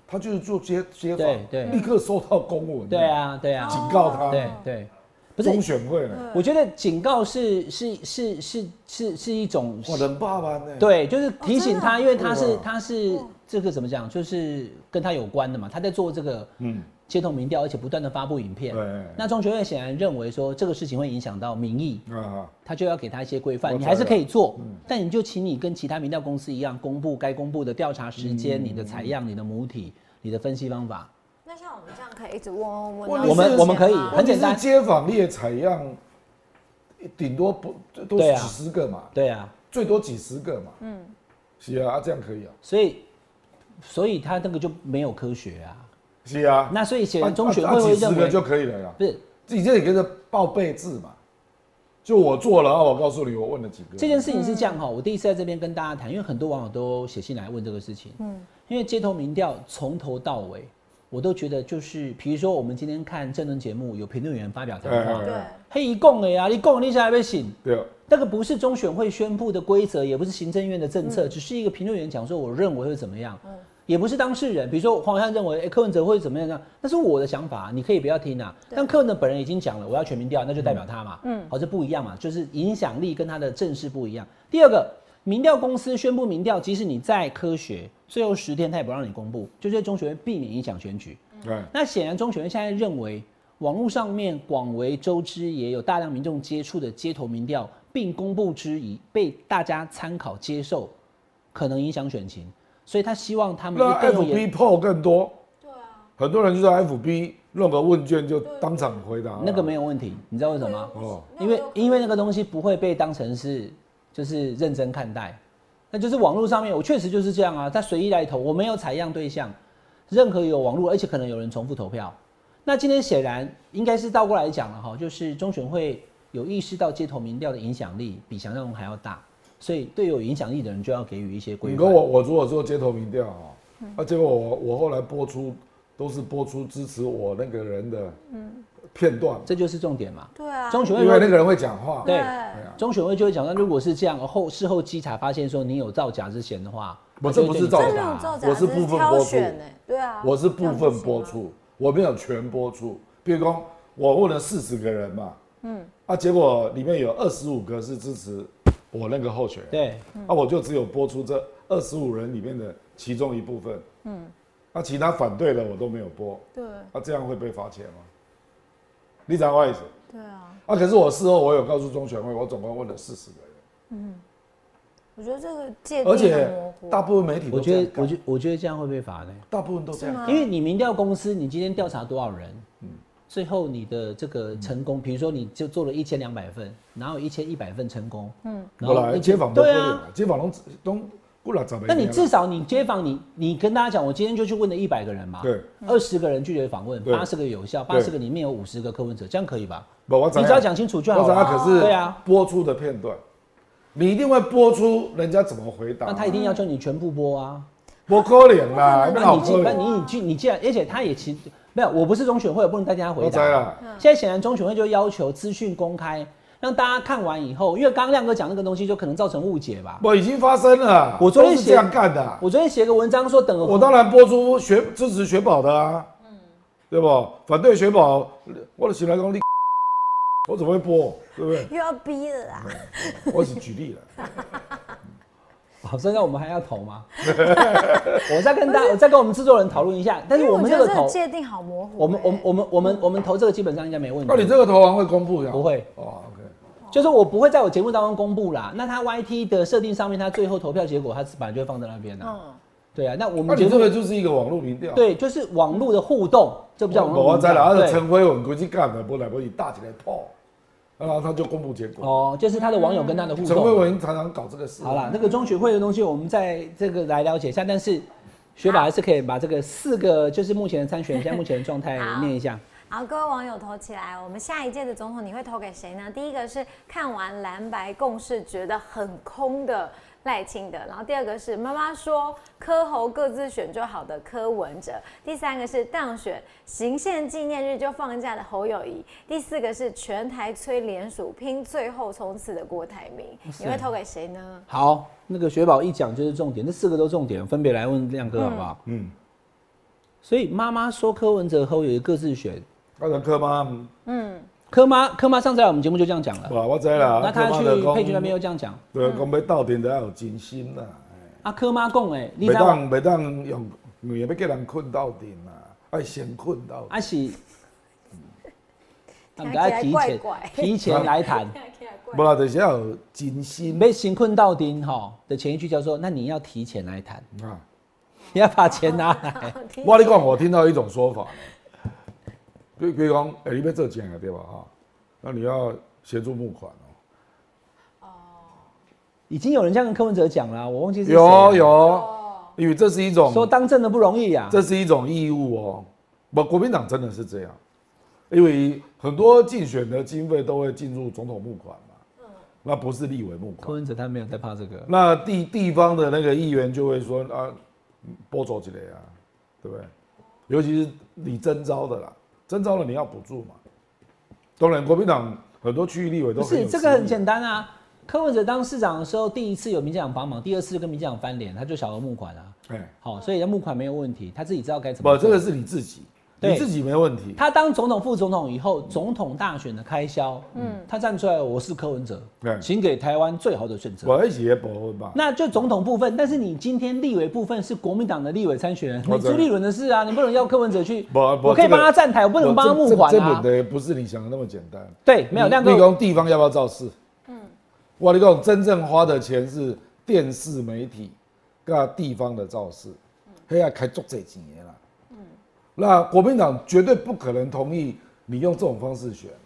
C: 他就是做街街
B: 对
C: 访，
B: 对
C: 立刻收到公文，
B: 对，啊对啊，
C: 警告他，
B: 对对，不
C: 中
B: 是，
C: 选会呢，
B: 我觉得警告是是是是是是一种
C: 哇，人霸万呢，，
B: 对，就是提醒他，因为他
C: 对
B: 是
C: 啊
B: 他是这个怎么讲，就是跟他有关的嘛，他在做这个
C: 嗯，
B: 街头民调，而且不断的发布影片
C: 对。
B: 那中学会显然认为说这个事情会影响到民意，
C: 啊，
B: 他就要给他一些规
C: 我
B: 范，你
C: 知
B: 还是
C: 道嗯
B: 可以做，但你就请你跟其他民调公司一样，公布该公布的调查时间、你的采样、你的母体、你的分析方法。
D: 那像我们这样可以一直问
C: 我
D: 问问问到啊
C: 们
D: 什么时候吗，
C: 我
B: 们可以很
C: 问题
B: 简单
C: 是街访列采样，顶多不都
B: 对
C: 是
B: 啊
C: 几十个嘛，
B: 对啊，
C: 最多几十个嘛，嗯，是啊，啊这样可以啊，
B: 所以所以他那个就没有科学啊。
C: 是啊，
B: 那所以显
C: 啊
B: 然中学
C: 啊
B: 会会
C: 啊几十
B: 认
C: 个
B: 为
C: 就可以了呀，
B: 不是
C: 你这里跟着报备制嘛，就我做了，啊我告诉你我问了几个，
B: 这件事情是这样哈，我第一次在这边跟大家谈，因为很多网友都写信来问这个事情。嗯，因为街头民调从头到尾，我都觉得就是，比如说我们今天看政论节目，有评论员发表谈
C: 哎
B: 话
C: 哎，
D: 对
C: 哎
B: 嘿，一共的呀，你共你下来被醒。
C: 对啊，
B: 那个不是中选会宣布的规则，也不是行政院的政策，只是一个评论员讲说我认为会怎么样，也不是当事人，比如说黄珊认为、诶柯文哲会怎么样呢？那是我的想法，你可以不要听啊。但柯文哲本人已经讲了，我要全民调，那就代表他嘛，嗯，好，这不一样嘛，就是影响力跟他的正式不一样。第二个，民调公司宣布民调，即使你再科学，最后十天他也不让你公布，就是在中选会避免影响选举。
C: 对，
B: 那显然，中选会现在认为，网络上面广为周知，也有大量民众接触的街头民调，并公布之以被大家参考接受，可能影响选情，所以他希望他们
C: 那
B: 嗯更有研
C: FB poll 更多，
D: 对啊，
C: 很多人就在 FB 弄个问卷就当场回答了，啊
B: 那个没有问题，你知道为什么吗？
C: 哦，
D: 那
B: 因
D: 我
B: 为
D: 有
B: 因为那个东西不会被当成是就是认真看待，那就是网络上面我确实就是这样啊，他随意来投，我没有采样对象，任何有网络，而且可能有人重复投票。那今天显然应该是倒过来讲了哈，就是中选会有意识到街头民调的影响力比想象中还要大，所以对有影响力的人就要给予一些规
C: 你
B: 范
C: 跟。我我如果做街头民调啊，啊结果我我后来播出都是播出支持我那个人的片段，
B: 这就是重点嘛。
D: 对啊，
B: 中选会
C: 因
B: 如
C: 为
B: 果
C: 那个人会讲话，
B: 对
C: 哎呀
B: 中选会就会讲到，如果是这样，后事后稽查发现说你有造假之嫌的话，
C: 不
B: 他就会
C: 这不是
B: 对你啊
C: 造
D: 这
C: 假
D: 没
C: 我
D: 有造假，
C: 是
D: 只
C: 部分
D: 挑
C: 播出
D: 选呢，对啊，
C: 我是部
D: 这样
C: 分
D: 子
C: 播
D: 行吗，
C: 出，我没有全播出。比如说，我问了四十个人嘛，嗯，啊，结果里面有二十五个是支持我那个候选人，
B: 对。
C: 啊，我就只有播出这二十五人里面的其中一部分，嗯，那其他反对的我都没有播，
D: 对
C: 啊，这样会被罚钱吗？你讲我意思？
D: 对啊，
C: 啊，可是我事后我有告诉中选会，我总共问了四十个人，
D: 我觉得这个界
C: 而
D: 定很
C: 且
D: 模糊，
C: 大部分媒体
B: 我
C: 都
B: 觉
C: 这
B: 得，我
C: 样
B: 觉
C: 干，
B: 得我觉得这样会被罚的，
C: 大部分都这样干，
B: 因为你民调公司，你今天调查多少人，
C: 嗯
B: 最后你的这个成功，比如说你就做了一千两百份，然后一千一百份成功，嗯，
C: 后来街访都不
B: 对
C: 了
B: 啊，，
C: 街访都都过了怎么？
B: 那你至少你街访你你跟大家讲，我今天就去问了一百个人嘛，
C: 对，
B: 二十个人拒绝访问，
C: 对
B: 八十个有效，八十个里面有五十个柯文哲，这样可以吧？
C: 不，我
B: 你只要讲清楚就好
C: 我
B: 了。
C: 讲可是
B: 对啊，
C: 播出的片段，你一定会播出人家怎么回答。
B: 那他一定要求你全部播啊。
C: 不可能啦，
B: 那你
C: 可
B: 既那
C: 能。
B: 你你既你既然，而且他也其没有，我不是中选会，我不能代替他回
C: 我
B: 答。
C: 知啦
D: 嗯
B: 现在显然中选会就要求资讯公开，让大家看完以后，因为刚刚亮哥讲那个东西，就可能造成误解吧。
C: 我已经发生了，
B: 我昨天
C: 都是
B: 写
C: 这样干的啊。
B: 我昨天写个文章说等
C: 我当然播出学支持雪宝的啊，
B: 嗯
C: 对不？反对雪宝，我的醒来功力， [LAUGHS] 我怎么会播？对不对？
D: 啊
B: [LAUGHS]
D: 又要逼了啦，
B: 嗯
C: 我只举例了。
B: 好，所以那我们还要投吗？ [LAUGHS] 我再跟大，我再跟我们制作人讨论一下。但
D: 因
B: 是
D: 为
B: 我
D: 我
B: 们
D: 觉
B: 这
D: 得
B: 个
D: 这个
B: 投，
D: 界定好模糊欸。
B: 我们我们我们我们我们投这个基本上应该没问
C: 哦那你
B: 题，
C: 这个投完会公布呀？
B: 不会。
C: 哦，OK。
B: 就是我不会在我节目当中公布啦。那他 YT 的设定上面，他最后投票结果，他本来就会放在那边啦。
D: 嗯，
B: 对啊，那我
C: 那
B: 们节
C: 哦你这
B: 目
C: 个就是一个网络民调。
B: 对，就是网络的互动，这不叫网
C: 我
B: 络
C: 哦我
B: 民
C: 在
B: 调。
C: 哪？那
B: 对，
C: 陈辉文估计干了，不来不去大起来泡，然后他就公布结果。
B: 哦，就是他的网友跟他的互
C: 陈辉
B: 动。
C: 文常常搞这个事。
B: 好啦，那个中学会的东西，我们在这个来了解一下。但是学法还是可以把这个四个，就是目前的参选人现在目前的状态
D: 好
B: 念一下。
D: 好，各位网友投起来，我们下一届的总统你会投给谁呢？第一个是看完蓝白共识觉得很空的赖清德，然后第二个是妈妈说柯侯各自选就好的柯文哲，第三个是当选行宪纪念日就放假的侯友谊，第四个是全台催联署拼最后冲刺的郭台铭，你会投给谁呢？
B: 好，那个雪宝一讲就是重点，这四个都重点，分别来问亮哥好不好？
C: 嗯，
B: 所以妈妈说柯文哲后有一个自选，
C: 那陈啊科吗？
B: 柯妈柯妈上次来我们节目就这样讲了，
C: 哇，我知啦。
B: 那他
C: 柯
B: 去
C: 妈就讲
B: 配局那边又这样讲，
C: 对，讲要斗阵就要有真心啦，
B: 啊柯妈讲诶，你
C: 袂
B: 知道
C: 当袂当用，也要叫人困到顶啦，爱先困到底。
B: 啊是，啊不
D: 听起来
B: 啊要提
D: 怪
B: 前
D: 怪
B: 提前来谈，
C: 无啦，就是要有真心
B: 被刑困到顶哈的前一句叫做，那你要提前来谈， [LAUGHS]
C: 啊。
B: 你要把钱拿来， [LAUGHS]
C: 我跟你讲，我听到一种说法呢，比比如讲，哎、你要做钱啊，对吧？哈，那你要协助募款哦、
B: 已经有人这样跟柯文哲讲了，我忘记是谁了
C: 有有，因为这是一种
B: 说当政的不容易啊呀，
C: 这是一种义务哦。不，国民党真的是这样，因为很多竞选的经费都会进入总统募款
B: 嗯
C: 嘛，那不是立委募
B: 柯
C: 款。
B: 文哲他没有在怕这个，
C: 那地地方的那个议员就会说啊，拨走起来啊，对不对？尤其是你征招的啦，征招了你要补助嘛。当然，国民党很多区域立委都
B: 不
C: 很
B: 是
C: 有
B: 这个很
C: 实力
B: 简单啊。柯文哲当市长的时候，第一次有民进党帮忙，第二次就跟民进党翻脸，他就小额募款啊。
C: 哎，
B: 好、所以他募款没有问题，他自己知道该怎么
C: 不，
B: 做。
C: 这个是你自己，
B: 对
C: 你自己没问题。
B: 他当总统、副总统以后，总统大选的开销，嗯，他站出来，我是柯文哲，
C: 对
B: 请给台湾最好的选择。
C: 我一起也保护吧。
B: 那就总统部分，但是你今天立委部分是国民党的立委参选人，
C: 我
B: 你
C: 知道
B: 朱立伦的事啊，你不能要柯文哲去，
C: 不不
B: 我可以
C: 这个
B: 帮他站台，我不能帮他募款
C: 这
B: 啊
C: 本。的不是你想的那么简单。
B: 对，没有亮
C: 你
B: 哥，
C: 讲地方要不要造势？嗯，我你讲真正花的钱是电视媒体，跟地方的造势，还要开足这几年了。嗯，那国民党绝对不可能同意你用这种方式选啦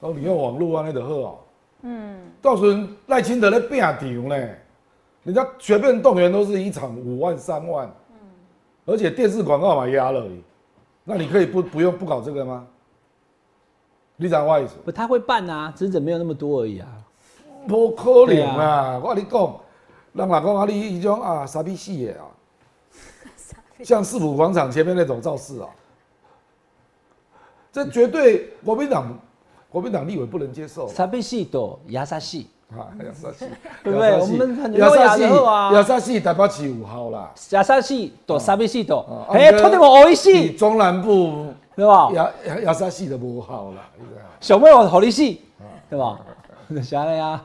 C: 然后你用网络啊那的喝哦。嗯，到时候赖清德在变场呢，人家全面动员都是一场五万三万，而且电视广告嘛压了你，那你可以不不用不搞这个吗？你知道我的意思？
B: 不，他会办啊，只是人没有那么多而已啊。
C: 无可
B: 对
C: 能
B: 啊
C: 啊！我跟你讲，人若讲啊，你迄种啊傻逼死的啊，
B: [LAUGHS]
C: 像市府广场前面那种造势啊，这绝对国民党国民党立委不能接受啊！哎
B: 傻逼系多，牙沙系，
C: 亚沙系，
B: 对不对
C: 亚沙系
B: 我们很
C: 亚沙系
B: 很好啊
C: 亚沙系代表起五号啦，
B: 牙沙系多，傻逼系多
C: 啊，
B: 哎，
C: 啊
B: 托你们我一
C: 你
B: 系，
C: 中南部
B: 对吧？
C: 亚亚亚沙系的五号啦，你知道吗
B: 小妹我好利息，对吧？啥了呀？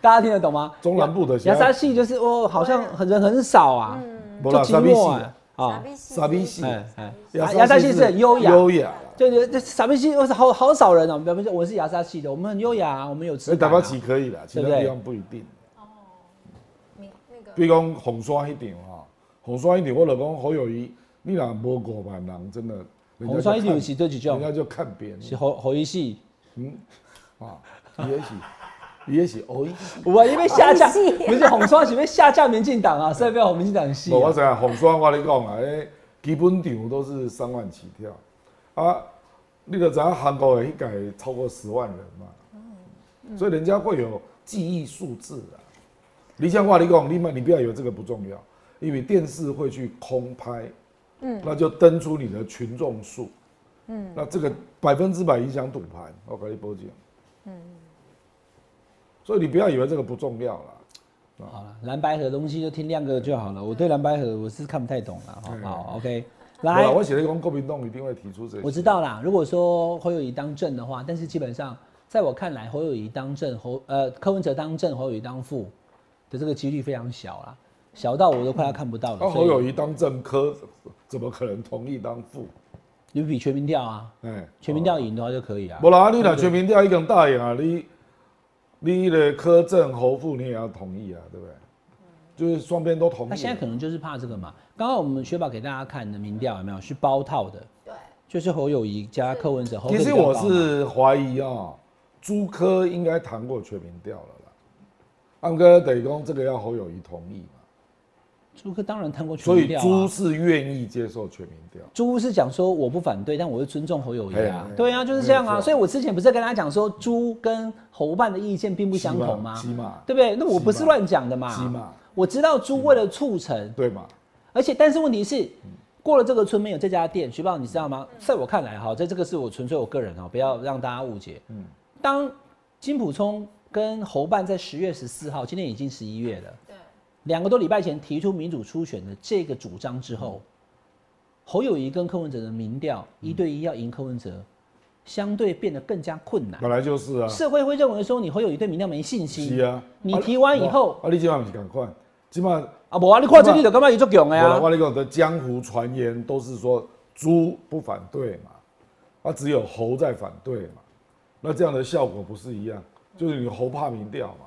B: 大家听得懂吗？
C: 中南部啊的
B: 牙沙系就是哦，好像很人很少啊，
C: 没
B: 就
C: 啦
B: 寂寞啊，
D: 傻
B: 啊，
D: 逼系
C: 傻逼系，
B: 哎哎，
C: 亚
B: 牙沙系是很优雅，
C: 优雅啦，
B: 对对对，傻逼系我是好好少人哦，表面我是牙沙系的，我们很优雅啊，我们有
C: 所
B: 吃
C: 以代
B: 感
C: 表
B: 啊，
C: 起可以啦，其
B: 对不
C: 他
B: 对
C: 地方不一定。
D: 你哦那个
C: 比如讲红山迄场吼，红山迄场我就讲侯友谊，你若无五万人，真的人家就
B: 红双一
C: 看
B: 女是这几
C: 人
B: 种，
C: 家就看扁
B: 是
C: 你
B: 侯侯一系，
C: 啊，你也是，你也是侯友
D: [LAUGHS]
B: 我因为下架，
D: 侯一系
B: 不是红双是被下架民进党啊，所以被红民进党系啊
C: 我知影红山我跟你讲啊，迄基本场都是三万起跳啊，你就知影韩国的迄届超过十万人嘛，所以人家会有记忆数字啊。你像我跟你讲，你们你不要以为这个不重要，因为电视会去空拍，嗯，那就登出你的群众数，嗯，那这个百分之百影响赌盘，我跟你保证，嗯，所以你不要以为这个不重要啦。
B: 好了，蓝白河东西就听亮哥就好了。我对蓝白河我是看不太懂了，好
C: 嗯
B: 好？OK，
C: 没
B: 来
C: 有啦，我写了一个国民党一定会提出这些，
B: 哎我知道啦。如果说侯友谊当正的话，但是基本上在我看来，侯友谊当正，侯呃柯文哲当正，侯友谊当副的可这个几率非常小啦，小到我都快要看不到了。
C: 那
B: 啊所
C: 哦侯
B: 以
C: 友谊当政科，怎么可能同意当副？
B: 你比全民调啊，
C: 哎，
B: 全民调赢的话就可以啊。
C: 无啦，你若全民调一根大赢啊，你你的科政侯副你也要同意啊，对不对？就是双边都同意。
B: 那现在可能就是怕这个嘛。刚刚我们雪宝给大家看的民调有没有是包套的？
D: 对，
B: 就是侯友谊加柯文哲。侯
C: 其
B: 科
C: 实
B: 比较
C: 我
B: 高嘛
C: 是怀疑啊、朱科应该谈过全民调了啦。安哥等于讲这个要侯友谊同意嘛，
B: 朱科当然谈过全
C: 所
B: 民
C: 以
B: 调、啊，
C: 朱是愿意接受全民调。
B: 朱是讲说我不反对，但我会尊重侯友谊
C: 哎
B: 啊
C: 哎。
B: 对啊，就是这样
C: 没
B: 啊。
C: 有错
B: 所以我之前不是跟大家讲说朱跟侯办的意见并不相同吗
C: 起？码，
B: 对不对？那我不是
C: 起码
B: 乱讲的
C: 起
B: 嘛
C: 码。
B: 我知道朱为了促成，
C: 对嘛？
B: 而且但是问题是，过了这个村没有这家店，徐宝你知道吗？在我看来哈，在这个是我纯粹我个人哈，不要让大家误解。嗯，当金普聪跟侯办在十月十四号，今天已经十一月了。
D: 对，
B: 两个多礼拜前提出民主初选的这个主张之后，
D: 嗯
B: 侯友谊跟柯文哲的民调一对一要赢柯文哲，相对变得更加困难。
C: 本来就是啊，
B: 社会会认为说你侯友谊对民调没信
C: 是
B: 心
C: 啊。
B: 你提完以后
C: 啊你今晚不是赶快，今晚
B: 啊，我啊，你跨这里的干嘛有做囧的
C: 我
B: 呀
C: 啊我？跟你讲的江湖传言都是说猪不反对嘛，啊只有猴在反对嘛，那这样的效果不是一样？就是你猴怕民调嘛，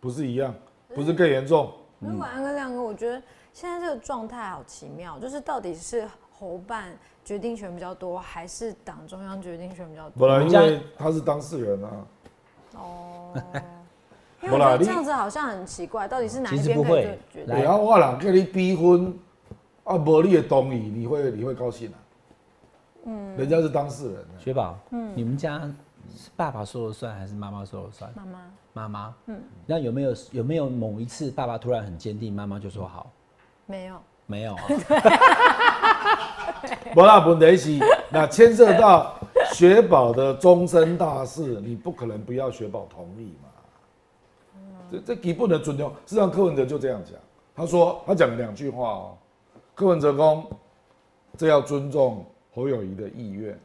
C: 不是一样？不是更严重？
D: 如果安哥亮哥，我觉得现在这个状态好奇妙，就是到底是侯办决定权比较多，还是党中央决定权比较多？
C: 本来因
B: 我们
C: 为他是当事人啊，
D: 哦，因为我觉得这样子好像很奇怪，到底是哪一边可以决定？
B: 来
C: 然后哎我人跟你逼婚，啊无你的同意，你会你会高兴啊？嗯，人家是当事人、啊，
B: 雪宝，你们家是爸爸说了算还是妈妈说了算？
D: 妈妈，
B: 妈妈，嗯，那有没有有没有某一次爸爸突然很坚定，妈妈就说好？
D: 没有，
B: 没有啊，
C: 不啦，问题是那牵涉到雪宝的终身大事，你不可能不要雪宝同意嘛。这这基本的尊重，事实上柯文哲就这样讲，他说他讲了两句话哦，柯文哲公，这要尊重侯友谊的意愿，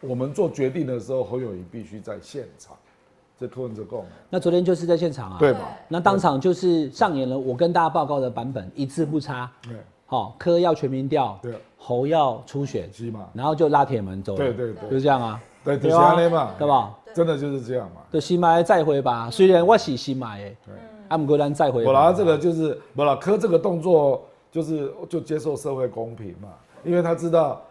C: 我们做决定的时候，侯友谊必须在现场，这柯文哲公
B: 那昨天就是在现场啊，
C: 对嘛？
B: 那当场就是上演了我跟大家报告的版本，一字不差。
C: 对，
B: 好、柯要全民调，
C: 对
B: 侯要初选，
C: 是嘛？
B: 然后就拉铁门走了，
C: 对对对
B: 就这样啊，
C: 对，就是安尼嘛，
B: 对吧？
C: 真的就是这样嘛。
B: 就新买再回吧，虽然我是新买的，啊，不过咱再回吧。
C: 我啦，这个就是我啦，科这个动作就是就接受社会公平嘛，因为他知道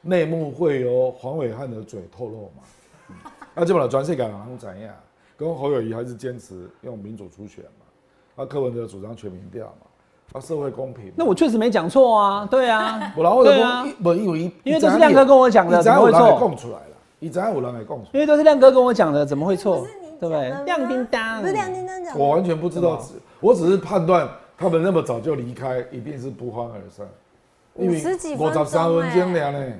C: 内幕会由黄伟汉的嘴透露嘛。啊那基本上转世改行怎样？跟侯友谊还是坚持用民主初选嘛，啊，柯文哲主张全民调嘛，啊，社会公平嘛。
B: 那我确实没讲错啊，对啊，
C: 我啦，我者
B: 对
C: 说
B: 啊
C: 一，不因为
B: 因为这是亮哥跟我讲的
C: 你
B: 怎
C: 才
B: 么
C: 有
B: 会
C: 人
B: 错
C: 给供出来了，你才有人给供出
B: 因为都是亮哥跟我讲的，怎么会错
D: 哦不是你？
B: 对不对？亮叮当，
D: 不是亮叮当讲
C: 来，
D: 的，
C: 我完全不知道，我只是判断他们那么早就离开，一定是不欢而散。因为
D: 五十几分钟
C: 五十三分钟
D: 欸
C: 了呢。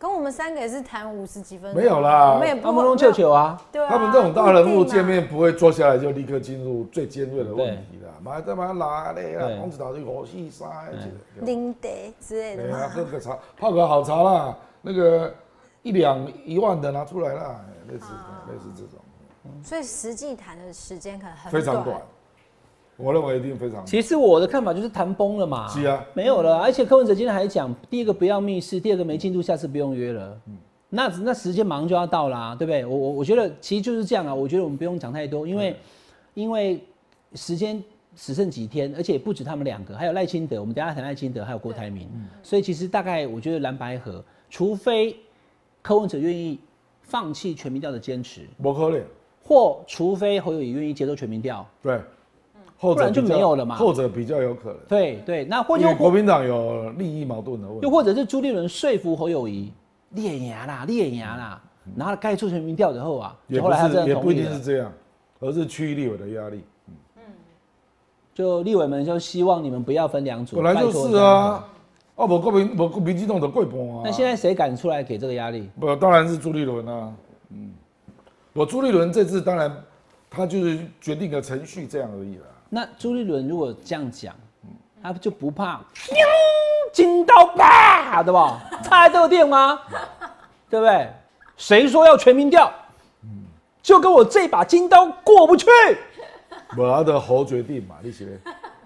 D: 跟我们三个也是谈五十几分钟，
C: 没有啦
D: 我们也不
B: 阿莫龙舅舅啊，
D: 对啊，
C: 他们这种大人物见
D: 不一定
C: 面不会坐下来就立刻进入最尖锐的问题啦，妈他妈哪里啦
B: 对，
C: 孔子岛就五四三的
D: 嘛林德之类
C: 一
D: 的
C: 个，对啊，
D: 嘛，
C: 喝个茶，泡个好茶啦，那个一两一万的拿出来啦，类似
D: 啊
C: 类似这种，
D: 所以实际谈的时间可能很
C: 非常短，我认为一定非常短。
B: 其实我的看法就是谈崩了嘛，
C: 是啊
B: 没有了。而且柯文哲今天还讲，第一个不要密室，第二个没进度，下次不用约了。
C: 嗯
B: 那那时间马上就要到啦、对不对？我我我觉得其实就是这样啊。我觉得我们不用讲太多，因
C: 嗯
B: 为因为时间只剩几天，而且也不止他们两个，还有赖清德，我们等一下谈赖清德，还有郭台铭，
D: 嗯
B: 所以其实大概我觉得蓝白合，除非柯文哲愿意放弃全民调的坚持，
C: 不可能，
B: 或除非侯友谊愿意接受全民调，
C: 对，
D: 嗯
C: 后
B: 不
C: 者
B: 然就
C: 比较
B: 没有了嘛
C: 后者比较有可能，
B: 对对，那或
C: 因
B: 就
C: 为国民党有利益矛盾的问
B: 又
C: 题，
B: 或者是朱立伦说服侯友谊练牙啊啦，练牙啦，然后盖出全民调之后啊，
C: 也
B: 就后
C: 不
B: 来他
C: 是
B: 真的
C: 也不
B: 同
C: 一
B: 意
C: 定是
B: 了，
C: 这样，而是区域立委的压力。
B: 就立委们就希望你们不要分两组，
C: 本来就
B: 拜托
C: 是
B: 这样子。
C: 啊，啊，无国民无国民进党的过半啊。
B: 那现在谁敢出来给这个压力？
C: 不，当然是朱立伦啊。嗯，我朱立伦这次当然他就是决定个程序这样而已
B: [LAUGHS]
C: 啦。
B: 那朱立伦如果这样讲，他就不怕，金刀吧，对
C: [LAUGHS]
B: 吧？他还都有电吗？对不对？谁说要全民调？就跟我这把金刀过不去，
C: 无啊，就好决定嘛，你是咧，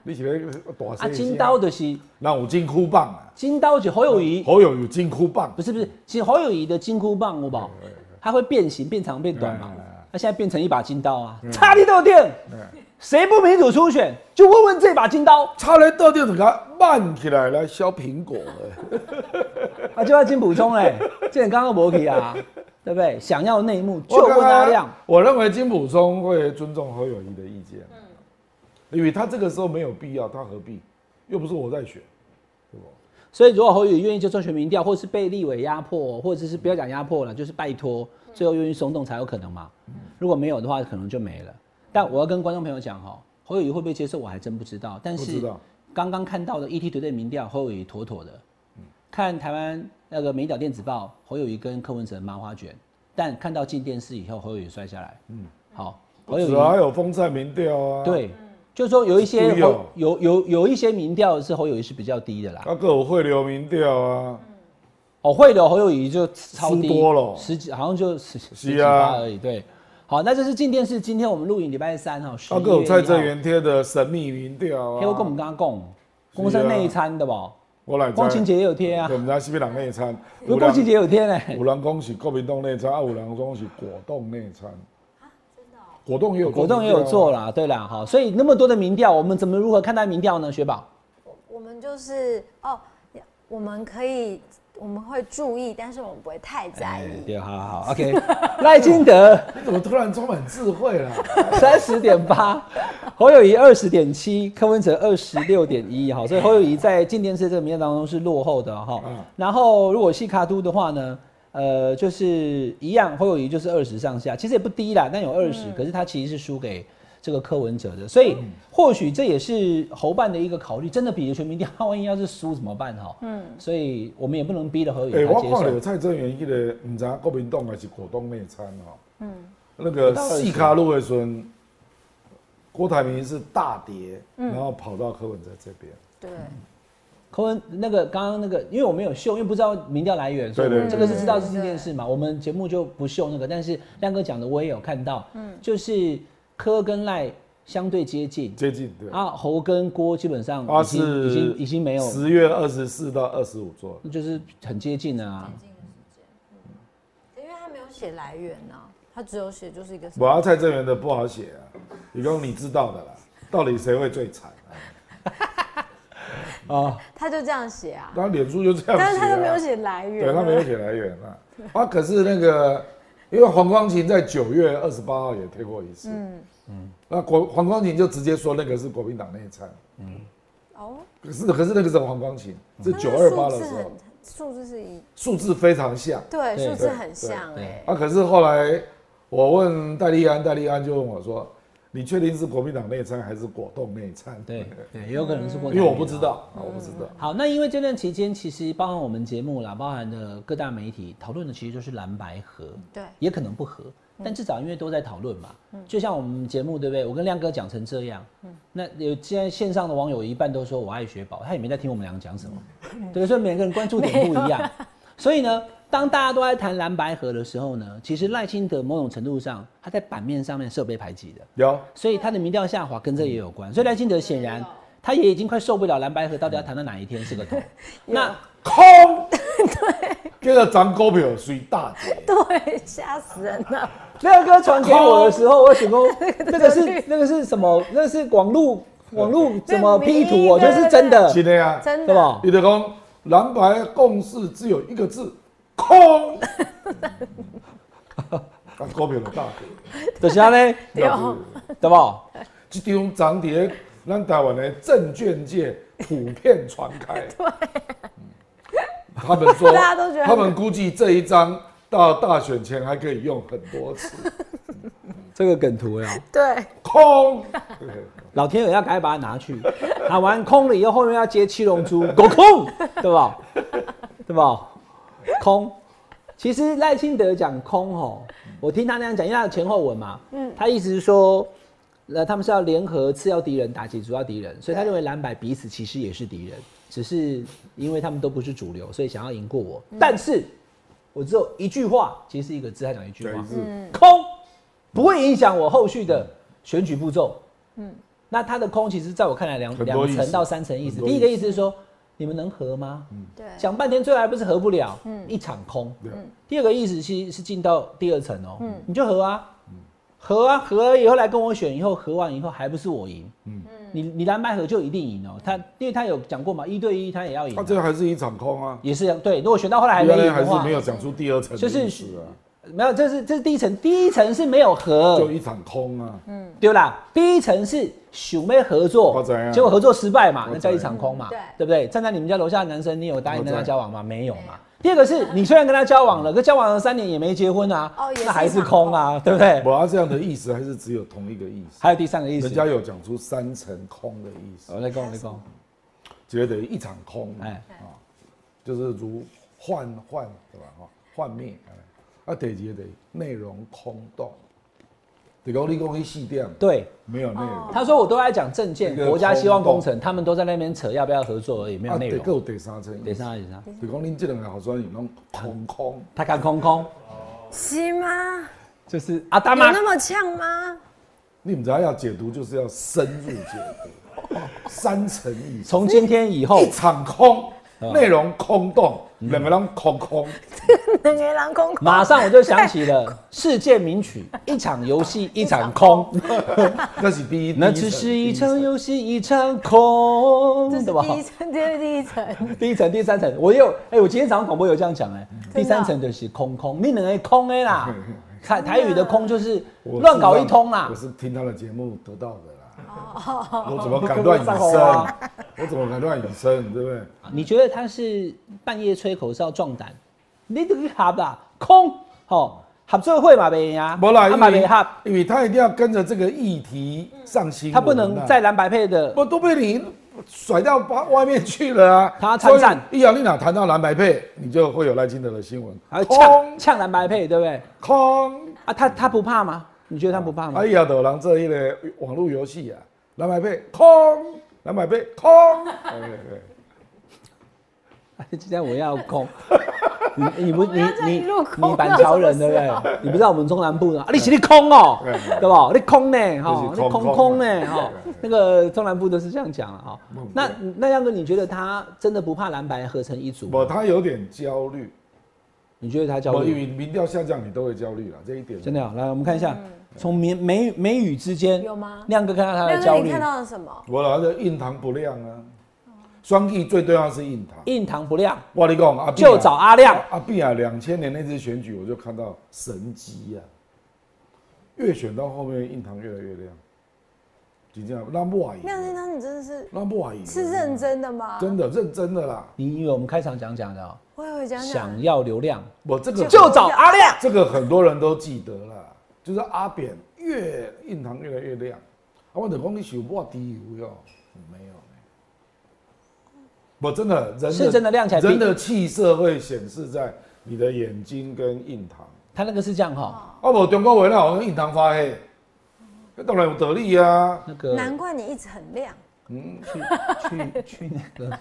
C: 你是咧大
B: 啊，
C: 声
B: 金刀就是
C: 那有金箍棒啊，
B: 金刀就是侯友谊，
C: 嗯好友有金箍棒
B: 不，是不是，其实侯友谊的金箍棒，我宝，它会变形、变长、变短嘛
C: 嗯嗯嗯。
B: 它现在变成一把金刀啊，差你豆店，谁不民主初选，就问问这把金
C: [LAUGHS]
B: 刀，
C: 差来到底就给它慢起来来削苹果了。
B: 啊，就要进补充嘞。这你刚刚博提啊，对不对？想要内幕就
C: 我
B: 问
C: 刚
B: 阿
C: 刚
B: 亮，
C: 我认为金溥聪会尊重侯友谊的意见，因为他这个时候没有必要，他何必？又不是我在选，对不？
B: 所以如果侯友宜愿意就做全民调，或是被立委压迫，或者是不要讲压迫了，就是拜托，最后愿意松动才有可能嘛。如果没有的话，可能就没了。但我要跟观众朋友讲哦，侯友宜会不会接受，我还真不知道。但
C: 不知
B: 是
C: 道
B: 刚刚看到的 ET 团队民调，侯友宜妥妥的。
C: 嗯
B: 看台湾那个美角电子报，侯友宜跟柯文哲麻花卷，但看到进电视以后，侯友宜摔下来。嗯，好，侯友
C: 只
B: 宜
C: 要啊有风扇民调啊，，
B: 对，就是说有一些
C: 故意
B: 侯
C: 哦
B: 有有有一些民调是侯友宜是比较低的啦。
C: 那个啊有汇流民调啊，
B: 哦，会的，侯友谊就超低，
C: 输多了哦
B: 十几好像就十十
C: 是
B: 几
C: 啊
B: 趴而已。对，好，那这是进电视。今天我们录影礼拜三哈，十
C: 那
B: 一
C: 啊个有
B: 月
C: 蔡
B: 一号
C: 正，元贴的神秘民调啊，
B: 贴我跟我们刚刚共，公司那一餐的吧，
C: 我来
B: 光晴节也有贴啊
C: 我，们家西北党内参，
B: 不是光晴节有贴呢，
C: 有人讲是国民党内参，啊，有人讲是果冻内参。果冻也有
B: 果冻也
C: 民
B: 有
C: 调啊
B: 做啦，对啦，好，所以那么多的民调，我们怎么如何看待民调呢？雪宝，
D: 我们就是哦，我们可以，我们会注意，但是我们不会太在
B: 哎
D: 意。
B: 对，好好好，OK，赖 [LAUGHS] 金德
C: 你哎怎么突然充满智慧了？
B: [LAUGHS] 三十点八，侯友谊二十点七，柯文哲二十六点一，哈，所以侯友谊在进电视这个名单当中是落后的哈
C: 嗯。
B: 然后如果细卡都的话呢，呃，就是一样，侯友谊就是二十上下，其实也不低啦，但有二十、可是他其实是输给这个柯文哲的，所以
C: 嗯
B: 或许这也是侯办的一个考虑，真的比全民调，万一要是输怎么办哈？嗯，所以我们也不能逼着侯友
C: 哎、
B: 谊他
C: 我
B: 接
C: 看
B: 受
C: 了。蔡正元迄个，唔知道国民党还是果冻内参哦。嗯，那个细卡路的时阵，郭台铭是大跌，
D: 嗯
C: 然后跑到柯文哲这边。
D: 对，
B: 柯文那个刚刚那个，因为我没有秀，因为不知道民调来源，所以
C: 对对
B: 我
C: 对
B: 这个是知道是这件事嘛。我们节目就不秀那个，但是亮哥讲的我也有看到，嗯，就是柯跟赖相对接近，
C: 接近对，
B: 啊，侯跟郭基本上
C: 他
B: 已
C: 啊是
B: 经、已经已经没有，
C: 十月二十四到二十五做，
B: 就是很接近了啊。
D: 因为他没有写来源呢、他只有写就是一个什
C: 我
D: 么
C: 要蔡正元的不啊好写啊，你说你知道的啦，到底谁会最惨、啊？
D: 他就这样写啊，
C: 然后脸书就这样、写啊
D: 但是他就没有写来源、
C: 对他没有写来源啊。啊，可是那个，因为黄光琴在九月二十八号也推过一次，嗯那国黄光琴就直接说那个是国民党内参，
D: 哦，
C: 可是可是那个是黄光琴，是
D: 那
C: 九
D: 个
C: 二八的
D: 数字
C: 时候
D: 很，数字是一
C: 数字非常像
D: 对
B: 对
D: 数字很像
B: 对
D: 哎、
C: 啊。可是后来我问戴立安，戴立安就问我说：“你确定是国民党内参还是果冻内参？”
B: 对对，也有可能是郭，
C: [LAUGHS] 因为我不知。道啊，我不知道。
B: 好，那因为这段期间，其实包含我们节目啦，包含的各大媒体讨论的其实就是蓝白合，
D: 对
B: 也可能不合，但至少因为都在讨论嘛，就像我们节目对不对？我跟亮哥讲成这样，那有现在线上的网友一半都说我爱雪宝，他也没在听我们两个讲什么，对，所以每个人关注点不一样，所以呢，当大家都在谈蓝白合的时候呢，其实赖清德某种程度上他在版面上面是有被排挤的，
C: 有
B: 所以他的民调下滑跟这也有关。所以赖清德显然他也已经快受不了蓝白合到底要谈到哪一天是 [LAUGHS] 个头。那
D: [LAUGHS]
C: 空，对，叫做涨股票随大跌。
D: 对， [LAUGHS] 吓死人了，
B: 亮哥传给我的时候，我想说 [LAUGHS] 那个是那个是什么？那个是网路网路怎么 P 图？我觉得是真的，
C: 真的啊，
D: 真
B: 对 [LAUGHS]
D: 的
B: 吧？
C: 你就讲蓝白共识只有一个字，空。 [LAUGHS] 啊，股票就大跌，
B: 就是他嘞，
D: 对
C: 了不起
B: 对吧？
C: 这张涨跌，咱台湾的证券界普遍传开。 [LAUGHS] 对、他们说，
D: 大家都觉得
C: 他们估计这一张到大选前还可以用很多次，
B: 这个梗图呀，
D: 对，
C: 空。
B: 老天爷要赶快把它拿去， [LAUGHS] 拿完空了以后，后面要接七龙珠， [LAUGHS] 狗空，对吧？对吧？空。其实赖清德讲空吼，我听他那样讲，因为他有前后文嘛，嗯，他意思是说，呃，他们是要联合次要敌人，打击主要敌人，所以他认为蓝白彼此其实也是敌人，只是因为他们都不是主流，所以想要赢过我。但是我只有一句话，其实是一个字，他讲一句
C: 对
B: 话，
C: 是
B: 空不会影响我后续的选举步骤，那它的空其实在我看来两
C: 很多
B: 两
C: 意思
B: 层到三层意思。
C: 很多嗯
B: 第一个意思是说，你们能合吗？
D: 对，
B: 想半天最后还不是合不了，一场空。
C: 对啊，
B: 第二个意思其实是进到第二层哦、你就合啊，
C: 嗯
B: 合啊，合了以后来跟我选，以后合完以后还不是我赢，
C: 嗯
B: 你你蓝白合就一定赢哦、他因为他有讲过嘛，一对一他也要赢啊
C: 那、，啊这还是一场空啊，
B: 也是一样对。如果选到后来还没
C: 原
B: 赢
C: 来还
B: 的
C: 是
B: 话
C: 没，有讲出第二层的意思啊，
B: 没有，这是这是第一层，第一层是没有合
C: 就，一场空啊，
B: 对啦，第一层是兄妹合作
C: 我知道，
B: 结果合作失败嘛，
C: 我知道
B: 那叫一场空嘛，
D: 嗯对
B: 不对？站在你们家楼下的男生，你有答应跟他
C: 我知道
B: 交往吗？没有嘛。第二个是你虽然跟他交往了，可交往了三年也没结婚啊，
D: 哦也是
B: 那还是空啊，对不对？
C: 我要这样的意思还是只有同一个意思，
B: 还有第三个意思
C: 哦
B: 哦
C: 人，家有讲出三层空的意思，
B: 我来讲，我来讲，
C: 觉得一场空，哎
B: 哎，
C: 啊，就是如幻幻对吧？哈，幻灭。哎啊，第二个内容空洞，就讲你讲去四点
B: 对，
C: 没有内容，啊
B: 他说我都在讲证
C: 那
B: 件、
C: 个
B: 国家希望工
C: 空
B: 程，他们都在那边扯要不要合作而已，没有
C: 啊，
B: 内
C: 第
B: 容。
C: 有第三层
B: 等
C: 意
B: 一
C: 思，
B: 下，等一下，
C: 就讲恁这两个候选人拢空空，
B: 他看空空，
D: 是吗？
B: 就是阿大
D: 有
B: 妈
D: 那么呛吗？
C: 你们知道要解读就是要深入解读，
B: [LAUGHS]
C: 三层意思，
B: 从今天以后
C: 一场空，
B: 哦
C: 内容空洞，
B: 嗯
C: 两个人空空，
D: 能给狼空空，
B: 马上我就想起了世界名曲《一场游戏一场空》，
C: 那是第一，
B: 那
C: 第
B: 只
C: 层
B: 是一场，游戏一场空，
D: 这是
B: 对吧？
D: 第一层，这是第一层，
B: [LAUGHS] 第一层、第三层，我也有哎、我今天早上广播有这样讲哎、
C: 啊
B: 第三层就是空空，你两个空哎
C: [LAUGHS]
B: 啦，台台语的空就是
C: 我
B: 乱搞
C: 知道
B: 一通啊啦
C: 啊我。是听他的节目得到的啦，我怎么敢
B: 我
C: 乱引
B: 上头啊
C: 申？我怎么敢乱引申？对不对？
B: 你觉得他是半夜吹口哨壮胆？你这个合啦，空吼合作会嘛没呀，
C: 不啦，因
B: 啊嘛没
C: 为
B: 合，
C: 因为他一定要跟着这个议题上新闻啊
B: 他不能在蓝白配的
C: 不都被你甩到外外面去了啊！
B: 他参战
C: 所以一阳一哪谈到蓝白配，你就会有赖清德的新闻。
B: 还
C: 空
B: 啊呛呛蓝白配，对不对？
C: 空，
B: 啊，他他不怕吗？你觉得他不怕吗？
C: 哎呀，有人这一类网络游戏啊，蓝白配空，蓝白配空，哎对对
B: [LAUGHS] 今天我要空，你你不你
D: 这样
B: 你
D: 一路空
B: 你板桥人对不对？你不知道我们中南部的啊，你是你空哦、
C: 对对
B: 对吧？你空呢，哈，
C: 就是
B: 你
C: 空
B: 空
C: 空啊
B: 空呢，哈
C: 对对对，
B: 那个中南部都是这样讲了啊哈
C: 嗯。
B: 那那样哥，你觉得他真的不怕蓝白合成一组吗？
C: 我他有点焦虑，
B: 你觉得他焦
C: 我因
B: 虑？
C: 为民调下降，你都会焦虑了，这一点
B: 真的哦、来我们看一下，从眉眉眉宇之间
D: 嗯有吗
B: 亮哥看到他的
D: 亮
B: 焦
D: 哥，你
B: 虑，
D: 看到了什么？
C: 我老是印堂不亮啊，双 K 最对要是印堂。
B: 印堂不亮，
C: 我跟你讲，阿扁
B: 就找阿亮。
C: 阿碧啊，两千年那次选举我就看到神机啊，越选到后面印堂越来越亮，就这样，那莫阿姨，
D: 亮晶晶，你真的是
C: 那莫阿姨
D: 是认，真啊的吗？
C: 真的认真的啦，
B: 你以为我们开场讲讲的、哦，
D: 我也会这样
B: 想
D: 想。
B: 要流量
C: 我这个
B: 就找阿亮。
C: 这个很多人都记得啦，就是阿扁越印堂越来越亮，啊，我等讲你想抹滴油哟，没有呢，我真的人
B: 是真的亮起来比
C: 人的气色会显示在你的眼睛跟印堂。
B: 他那个是这样
D: 哦
B: 哈、
C: 啊，无中国话啦，我印堂发黑，那当然有道理啊。嗯
B: 那个
D: 难怪你一直很亮， [LAUGHS]
B: 去去那个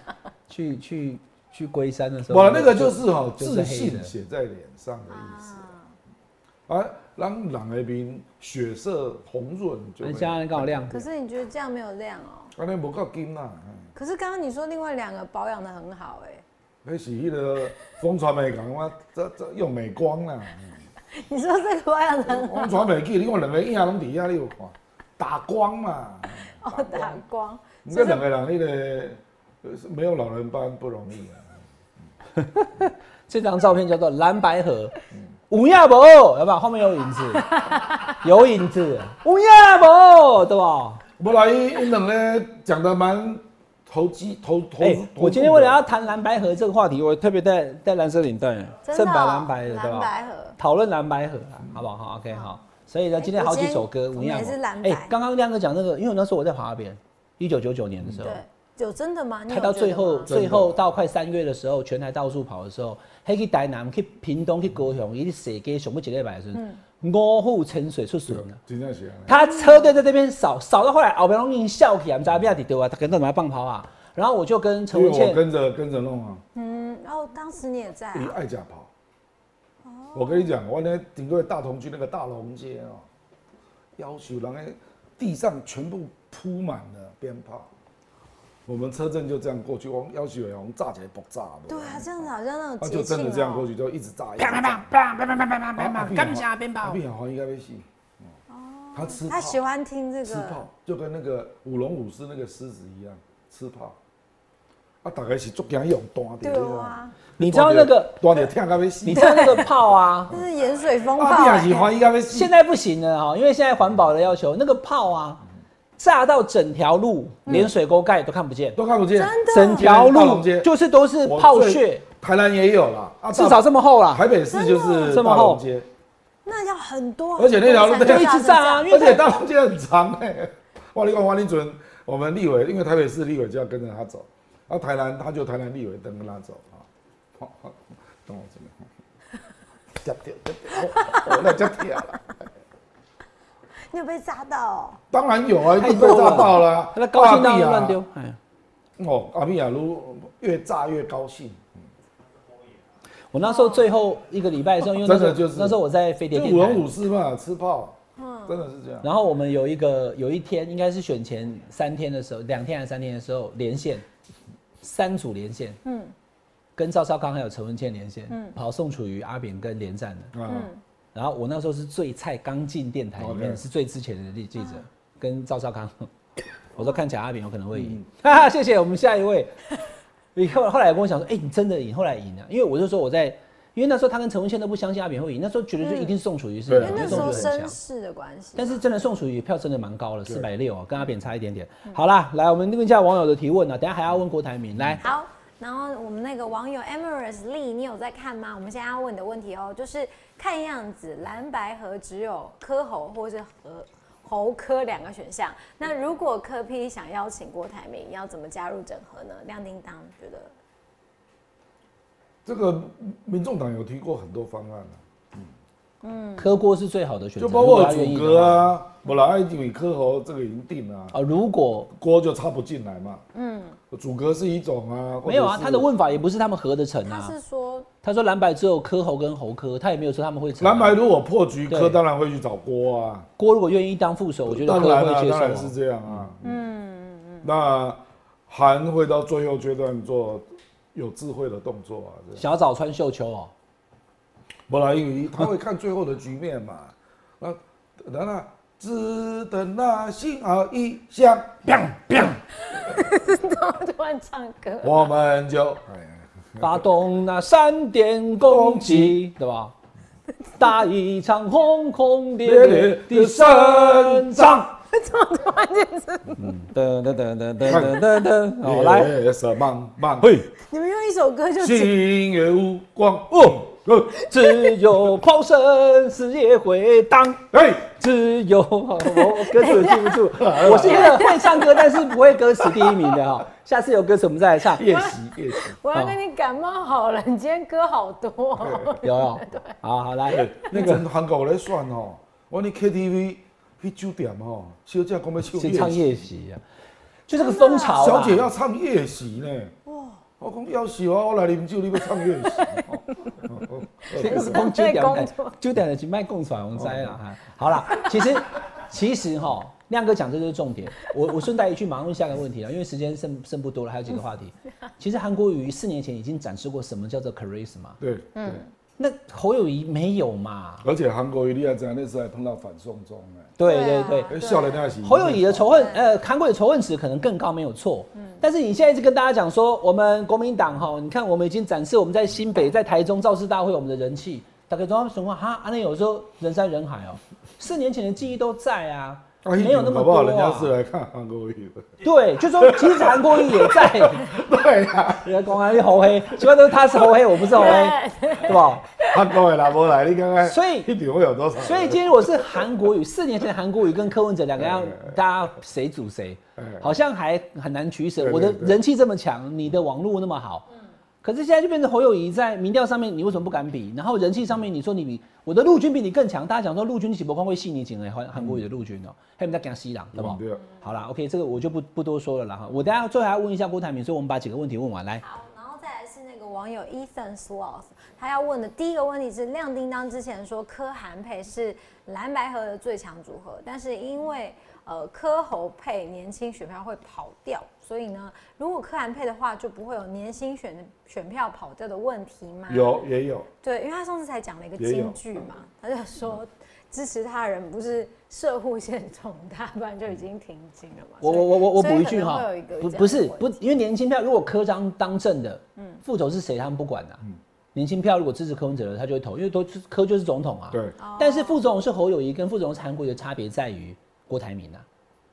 B: 去去去龟山的时候，
C: 我那个就是哈、自
B: 黑
C: 信
B: 的
C: 写在脸上的意思啊，让人的面血色红润就
B: 人家
C: 会。
B: 刚好亮，
D: 可是你觉得这样没有亮哦？
C: 安尼无够金啊啦，
D: 可是刚刚你说另外两个保养的很好，哎，
C: 哎那是迄个风传媒讲我 [LAUGHS] 这这用美光啦，
D: [LAUGHS] 你说这个保养的很
C: 风传媒去，你看两个影拢伫遐，你有看打光嘛？
D: 好，哦打光，
C: 这两个人迄、那个呃没有老人斑不容易啊。
B: 这张照片叫做蓝白河，
C: 嗯
B: 吴亚博有没有？后面有影子，有影子，吴亚博对吧？
C: 不然伊伊两个讲的蛮投机投投。
B: 哎
C: 投，
B: 我今天为了要谈蓝白河这个话题，我特别带带蓝色领带，啊
D: 真的
B: 正
D: 哦
B: 白蓝白的对
D: 蓝
B: 吧？
D: 白盒，
B: 讨论蓝白河啊，好不好？好，OK，好。所以呢，今天好几首歌，
D: 哎我今天
B: 吴亚
D: 我们也是蓝
B: 博。
D: 白
B: 哎，刚刚亮哥讲那个，因为那时候我在华边，一九九九年的时候，
D: 嗯对，有真的吗？你
B: 他
D: 有
B: 嗯到
D: 觉
B: 最
D: 得
B: 后，
D: 吗
B: 最后到快三月的时候，全台到处跑的时候，还去台南、去屏东、去高雄，一踅街上要一礼拜的时阵，五户沉水出水了。
C: 真正是啊安尼，
B: 他车队在这边扫，扫到后来后啊边拢已经笑起来，不知道要伫丢啊，他跟着怎么棒跑啊？然后我就跟陈
C: 因为
B: 文
C: 哎我
B: 茜，
C: 跟着跟着弄啊，
D: 嗯，哦，当时你也在啊
C: 伊爱假跑。我跟你讲，我那顶个大同区那个大龙街哦，要求人家地上全部铺满了鞭炮，我们车阵就这样过去，我们要求我们炸起来爆炸了。
D: 对啊，这样子好像那种
C: 他
D: 节
C: 就
D: 庆
C: 真的这样
D: 哦
C: 过去，就一直炸，啊啪啪啪啪啪啪啪啪啪，干下鞭炮，变好应该被戏。哦，他吃
D: 他喜
C: 炮，
D: 欢听这
C: 吃
D: 个
C: 炮，就跟那个舞龙舞狮那个狮子一样，吃炮。啊，大概是足惊用单的，
D: 对啊，
B: 你知道那个，
C: 单的听到要死
B: 你。知道那个炮啊，
D: 这是盐水风暴
C: 啊，你也是
D: 哎。
C: 欢喜到要死
B: 现。在不行了哈，因为现在环保的要求，那个炮啊，炸到整条路连水沟盖都看不见，
C: 都看不见，
B: 整条
C: 大龙
B: 路
C: 街
B: 就是都是
C: 我
B: 炮
C: 最
B: 屑，，
C: 台南也有啦，啊，
B: 至少这么厚啦
C: 台。北市就是
B: 这么
C: 大
B: 厚
C: 龙街，
D: 那要很多，啊
C: 而且那条路
D: 很多
C: 就
B: 一直炸啊
D: 才能
B: 因为
C: 而且大龙街很长哎、欸。哇，你看王林主任，我们立委，因为台北市立委就要跟着他走，然后台南他就台南立委跟跟他走啊。好好等我这边，夹掉夹掉，我我来夹掉了。
D: 你有被炸到哦？
C: 当然有啊，
B: 太
C: 被
B: 多了
C: 炸到了啊。
B: 那高兴到
C: 大
B: 乱
C: 力啊
B: 丢，哎，
C: 哦，阿米亚如越炸越高兴，
B: 我那时候最后一个礼拜的时候，因为那时候
C: 真的就是
B: 那时候我在飞碟
C: 就
B: 电
C: 舞龙
B: 台
C: 舞，狮嘛，吃炮，真的是这样。
B: 然后我们有一个有一天应该是选前三天的时候，两天还是三天的时候连线，三组连线，嗯，跟赵少康还有陈文茜连线，跑宋楚瑜、阿扁跟连战的，
C: 啊，
B: 然后我那时候是最菜，刚进电台里面
C: OK
B: 是最之前的记记
D: 嗯
B: 者，跟赵少
C: [LAUGHS]
B: 康，我说看起来阿扁有可能会
C: 嗯
B: 赢， [LAUGHS] 哈哈，谢谢，我们下一位。你后后来跟我讲说，哎、你真的赢，后来赢了，啊因为我就说我在，因为那时候他跟陈文茜都不相信阿扁会赢，那时候觉得就一定是宋楚瑜是
C: 对
B: 赢，
C: 啊
D: 因
B: 因
D: 为
B: 为
D: 那
B: 宋
D: 时
B: 楚
D: 候
B: 瑜很
D: 绅
B: 强。
D: 士的关系，
B: 但是真的宋楚瑜票真的蛮高
C: 嗯
B: 了，四百六，啊跟阿扁差一点点。好啦，来我们问一下网友的提问啊，等一下还要问郭台铭来。
D: 好，然后我们那个网友 Emerus Lee，你有在看吗？我们现在要问你的问题哦，就是看样子蓝白河只有柯侯或是和侯科两个选项。那如果柯 P 想邀请郭台铭，要怎么加入整合呢？亮叮当觉得
C: 这个民众党有提过很多方案啊
D: 嗯
B: 柯郭是最好的选择，
C: 就包括
B: 如果他愿
C: 主
B: 意的
C: 格
B: 话。
C: 啊，我老爱与柯侯这个已经定了、啊，
B: 啊，如果
C: 锅就插不进来嘛。嗯，主格是一种啊，或者
B: 没有啊，
C: 是
B: 他的问法也不是他们合得成
D: 他
B: 啊。
D: 是说 [LAUGHS]
B: 他说蓝白只有柯侯跟侯科，他也没有说他们会成啊、
C: 蓝白如果破局，
B: 对
C: 柯当然会去找郭啊，
B: 郭如果愿意当副手，我觉得
C: 当
B: 柯
C: 然
B: 会
C: 啊，
B: 接受
C: 当
B: 啊、
C: 然是这样啊。嗯嗯那韩会到最后阶段做有智慧的动作啊，这样。
B: 小早穿绣球哦，
C: 不然因为他会看最后的局面嘛。那然后只等那幸好一响，砰砰，
D: 突然唱歌，
C: 我们就哎。
B: 发动那闪电攻击，对吧？打一场轰轰烈烈的胜仗。怎么突然间是？噔噔噔噔噔噔噔，好来，
C: 夜色茫茫，嘿，
D: 你们用一首歌就解
C: 星月无光，哦，哦
B: 只有炮声是夜回荡。
C: 哎，
B: 只有我歌词记不住，我是一个会唱歌但是不会歌词第一名的哈、下次有歌词我们再来唱。
C: 夜袭夜袭，
D: 我要跟你感冒好了，你今天歌好多、哦。
B: 有有，好好来，
C: 那个韩国咧算哦，我讲你 KTV 去酒店哦，小姐讲要唱
B: 先唱
C: 夜
B: 夜袭啊，就这个风潮
C: 袭，
B: 啊
C: 小姐要唱夜袭呢。我讲要是我我来啉酒，你要唱夜袭哦。哦
B: 这个是
C: 哦
B: 讲九点 [LAUGHS]
D: 工
B: 的
D: 作，
B: 九点的去卖共传红灾了哈。好啦，其实 [LAUGHS] 其实哈，亮哥讲这就是重点。我我顺带一句，马上问下个问题了，啊因为时间剩剩不多了，还有几个 [LAUGHS] 话题。其实韩国瑜四年前已经展示过什么叫做 charisma，
C: 对，嗯，
B: 那侯友谊没有嘛？
C: 而且韩国瑜你也知道那时候还碰到反送中哎
B: 对
D: 对
B: 对
D: 啊
B: 对，
C: 哎，笑了那是
B: 侯嗯友谊的仇恨，呃，韩国的仇恨值可能更高，没有错。但是你现在一直跟大家讲说，我们国民党哈，你看我们已经展示我们在新北、在台中造势大会我们的人气，大概中央情况哈，啊，那有时候人山人海哦、四年前的记忆都在啊，
C: 啊一
B: 没有那
C: 点
B: 么多、
C: 搞不好
B: 啊。
C: 人家是来看韩国瑜的。 [LAUGHS]
B: 对，就说其实韩国瑜也在，
C: 对啊，
B: 人家公安是侯黑，奇怪都是他是侯黑，我不是侯黑，对吧？
C: 韩国瑜来不来？你看看，
B: 所以
C: 一定会有多少
B: [LAUGHS]
C: 人？
B: 所以今天我是韩国瑜，四年前的韩国瑜跟柯文哲两个要大家谁主谁
C: 哎，
B: 好像还很难取舍。
C: 对对
B: 我的
C: 对
B: 人气这么强，你的网络那么好，可是现在就变成侯友谊在民调上面，你为什么不敢比？然后人气上面，你说你比我的陆军比你更强，大家讲说陆军起不光会细你紧哎，韩韩国瑜的陆军哦，还有在讲西朗，对吧
C: 嗯对？
B: 好啦 o k 这个我就不不多说了啦哈。我等一下最后还要问一下郭台铭，所以我们把几个问题问完来。
D: 好，然后再来是那个网友 Ethan Sloth，他要问的第一个问题是：亮叮当之前说柯韩配是蓝白河的最强组合，但是因为呃柯侯配年轻选票会跑掉，所以呢，如果柯韩配的话，就不会有年轻选选票跑掉的问题吗？
C: 有也有，
D: 对，因为他上次才讲了一个
C: 也有
D: 金句嘛，他就说支持他的人不是社会线重大，不然就已经停经了嘛。
B: 我
D: 所
B: 我
D: 以
B: 我我我
D: 所以
B: 补一
D: 可
B: 句
D: 能
B: 哈
D: 会有一个，
B: 不
D: 这样
B: 不
D: 的
B: 是
D: 问
B: 不，
D: 题嗯
B: 因为年轻票如果科章当政的，副手是谁他们不管的、啊
C: 嗯
B: 年轻票如果支持柯文哲的，他就会投，因为都柯就是总统啊。
C: 对，
D: 哦
B: 但是副总是侯友谊跟副总是韩国瑜的差别在于郭台铭啊。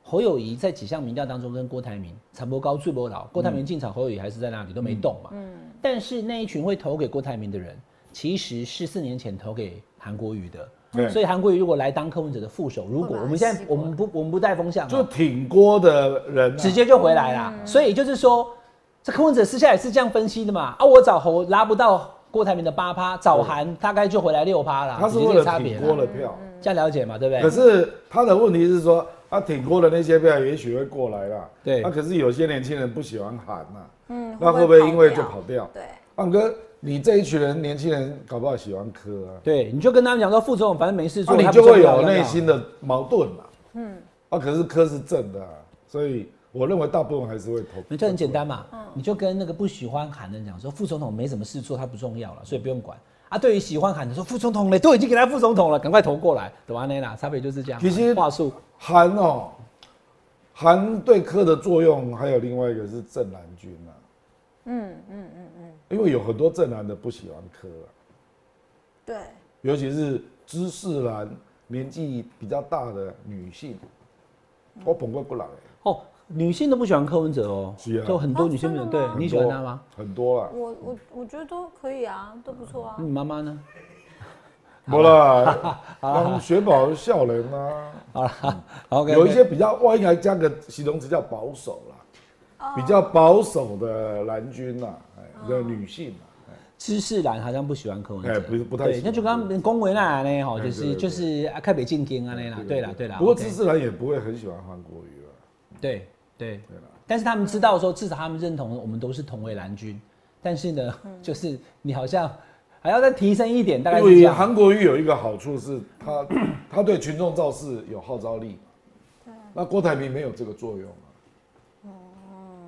B: 侯友谊在几项民调当中跟郭台铭长波高最波老，郭台
C: 嗯
B: 铭进场，侯友谊还是在那里都没动嘛。
D: 嗯
B: 嗯但是那一群会投给郭台铭的人，其实是四年前投给韩国瑜的。
C: 对
B: 所以韩国瑜如果来当柯文哲的副手，如
D: 会
B: 果
D: 把
B: 我
D: 他
B: 们现在
D: 吸过
B: 我
D: 来
B: 们不我们不带风向啊，
C: 就挺锅的人啊
B: 直接就回来啦。所以就是说，这柯文哲私下也是这样分析的嘛。啊，我找侯拉不到郭台铭的八趴，找韩大概就回来六趴啦。
C: 他是
B: 只这
C: 为
B: 个
C: 了
B: 差别
C: 挺锅
B: 啦，
C: 的票，
B: 这样了解嘛，嗯对不对？
C: 可是他的问题是说，他挺锅的那些票也许会过来啦，啊
B: 对
C: 那可是有些年轻人不喜欢喊呐，
D: 嗯
C: 那会不会因为就
D: 掉
C: 跑掉？
D: 对，
C: 胖哥，你这一群人年轻人搞不好喜欢科啊，
B: 对，你就跟他们讲说，副总反正没事
C: 那
B: 做，
C: 啊哦你
B: 他不
C: 就会
B: 重要
C: 有内。心的矛盾嘛。嗯，啊，可是科是正的、啊，所以我认为大部分还是会投。
B: 那就很简单嘛，你就跟那个不喜欢喊的人讲说，副总统没什么事做，他不重要了，所以不用管。啊，对于喜欢喊的说副总统嘞，都已经给他副总统了，赶快投过来，懂吗？那啦，差别就是这样嘛。
C: 其实
B: 话术
C: 韩哦，韩对科的作用还有另外一个是正蓝军啊。嗯嗯嗯嗯，因为有很多正蓝的不喜欢科啊，
D: 对，
C: 尤其是知识蓝、年纪比较大的女性，我捧过不来、
B: 哦，女性都不喜欢柯文哲哦，
C: 是啊
B: 就很多女性不喜欢，
D: 哦
B: 对
D: 真的吗
B: 你喜欢他吗？？
C: 很多啊
B: [LAUGHS]
C: 啦，
D: 我我我觉得都可以啊，都不错啊
B: 那。你妈妈呢？
C: 不啦，让雪宝笑人啊。
B: 好啦，OK，
C: 有一些比较，我应该加个形容词叫保守啦，比较保守的蓝军呐，哎的女性啊，
B: 知识蓝好像不喜欢柯文哲，
C: 哎不不太
B: 对
C: 喜欢
B: 那就跟他们恭维那呢，吼，
C: 哎
B: 就
C: 对
B: 是
C: 对
B: 就是啊，看北进京啊那啦，对啦对啦，
C: 不过
B: OK
C: 知识蓝也不会很喜欢韩国瑜了，
B: 对对
C: 对啦，
B: 但是他们知道说，至少他们认同我们都是同为蓝军，但是呢，
D: 嗯
B: [LAUGHS] 就是你好像还要再提升一点，大概
C: 因
B: 是这
C: 为
B: 样。
C: 韩国瑜有一个好处是他他对群众造势有号召力，那郭台铭没有这个作用啊，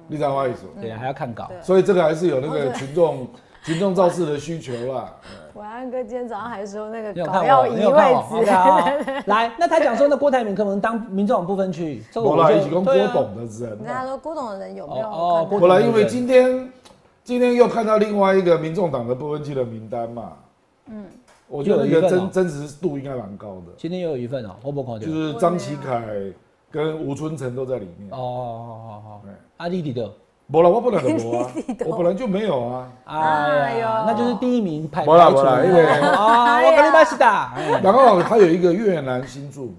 C: 你知道我意思吗？
B: 对啊，还要看稿。
D: 对
C: 所以这个还是有那个群众群众造势的需求啦。
D: 伟安哥今天早上还说那
B: 你
D: 个
B: 有
D: 搞
B: 看
D: 要
B: 我？
D: 移
B: 你有看我？
D: 位
B: OK
D: 置，
B: 啊 [LAUGHS] 来，那他讲说，那郭台铭可能当民众党不分区，这个
C: 我
B: 我
C: 来一
B: 就
C: 起跟郭
B: 对啊
C: 董的人
D: [LAUGHS] 你
C: 啊
D: 看他说郭董的人有没有
B: 哦哦
D: 看
B: 郭
D: 到？
C: 我来，因为今天今天又看到另外一个民众党的不分区的名单嘛，嗯，我觉得那
B: 又有
C: 个
B: 一份
C: 真、
B: 哦
C: 真实度应该蛮高的，
B: 今天又有一份哦，我不看到。
C: 就是张启凯跟吴春成都在里面。
B: 哦，好好好
C: 对，
B: 阿弟弟的，
C: 没了，我本来就没
B: [LAUGHS]
D: 你你
C: 啊，
D: 懂
C: 我本来就没有啊。
B: 哎
D: 哎呦
B: 呀，那就是第一名排
C: 没啦
B: 排除
C: 没啦因为
B: 啊，
D: 哎呀
B: 我跟你巴西打，哎
C: 然后还有一个越南新住民，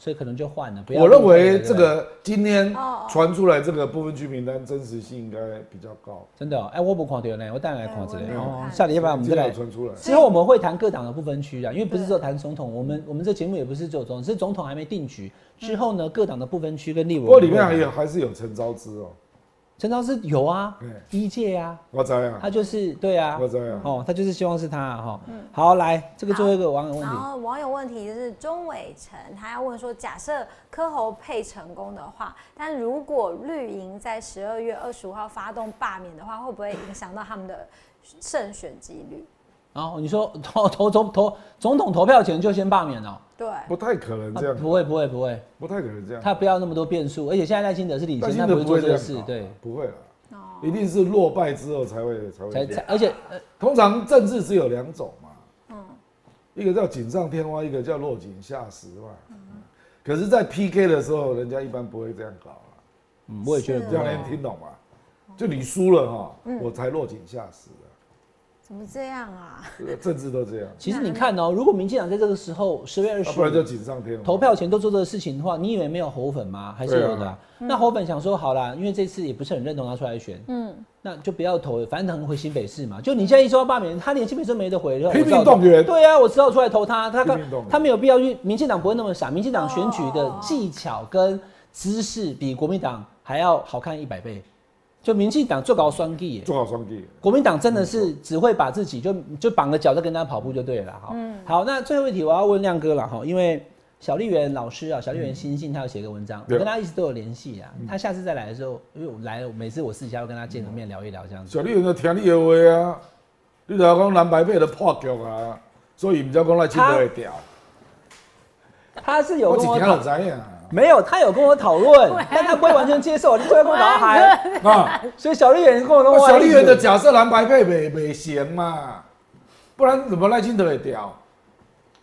B: 所以可能就换了。不要
C: 我认
B: 误
C: 为
B: 会
C: 这个今天
D: 哦哦
C: 传出来这个不分区名单真实性应该比较高，
B: 真的哦，哎，我不看到呢，我当然来看这
D: 哎我也
B: 个
D: 没
B: 哦
D: 看。
B: 下礼拜我们
C: 今
B: 再
C: 天
B: 来
C: 有。传出来。
B: 之后我们会谈各党的不分区啊，因为不是只有谈总统，我们我们这节目也不是只有总统，是总统还没定局。之后呢，各党的不分区跟立委，
C: 不过里面还有还是有陈昭之哦，
B: 陈昭是有啊
C: 对，
B: 一届啊，
C: 我知啊
B: 他，就是对啊
C: 我，知啊。
B: 哦，他就是希望是他啊哈。好，来这个最后一个网友问
D: 然
B: 题，
D: 后网友问题就是钟伟成，他要问说，假设柯侯配成功的话，但如果绿营在十二月二十五号发动罢免的话，会不会影响到他们的胜选几率？
B: 然后你说投投总投总统投票前就先罢免了、
D: 对，
C: 不太可能
B: 啊
C: 这样，
B: 不会不会不会，
C: 不太可能这样。
B: 他不要那么多变数，而且现在赖清德是领
C: 但
B: 先，
C: 新
B: 他
C: 的
B: 不会做
C: 不会
B: 这
C: 这
B: 个
C: 样
B: 事
C: 搞，
B: 对，
C: 不会啦，一定是落败之后才会才会
B: 才
C: 这
B: 才
C: 样。
B: 而且呃
C: 通常政治只有两种嘛，一个叫锦上添花，一个叫落井下石嘛。可是，在 PK 的时候，人家一般不会这样搞啦。
B: 嗯我也觉得不
C: 这样
B: 会，
C: 能听懂吗？就你输了哈，我才落井下石啊
D: 怎么这样啊？
C: 这个政治都这样，
B: 其实你看哦，如果民进党在这个时候十月二
C: 要
B: 十
C: 啊不然就
B: 五
C: 锦上添花。
B: 投票前都做这个事情的话，你以为没有猴粉吗？还是有的啊、那猴粉想说好啦，因为这次也不是很认同他出来选，嗯，那就不要投，反正能回新北市嘛。就你现在一说要罢免，他连新北市都没得回，我
C: 拼命
B: 知道
C: 动员
B: 对啊，我只好出来投他。他
C: 拼命动员
B: 他没有必要去，民进党不会那么傻，民进党选举的技巧跟知识比国民党还要好看一百倍。就民进党做搞双 G 耶，
C: 做好双 D，
B: 国民党真的是只会把自嗯己就就绑个脚在跟他跑步就对了哈。好，那最后一题我要问亮哥了哈，因为小丽媛老师啊，小丽媛心性，她有写个文章，我
C: 对
B: 跟她一直都有联系啊。她下次再来的时候，因为我来了，我每次我私底下会跟她见个面聊一聊这样 [LAUGHS] 子。
C: 小丽有在听你的话啊，你就讲蓝白配的破局啊，所以毋才讲来七会掉，
B: 她是有
C: 我一
B: 跟我
C: 听
B: 讨
C: 就知啊影。
B: 没有，她有跟我讨 [LAUGHS] 论，但她不会完全接受，你就会跟我打 [LAUGHS] 嗨。
C: 啊，
B: 所以小丽媛跟我跟我
C: 那小丽媛的假设蓝白配未未行嘛，不然怎么赖清德会掉？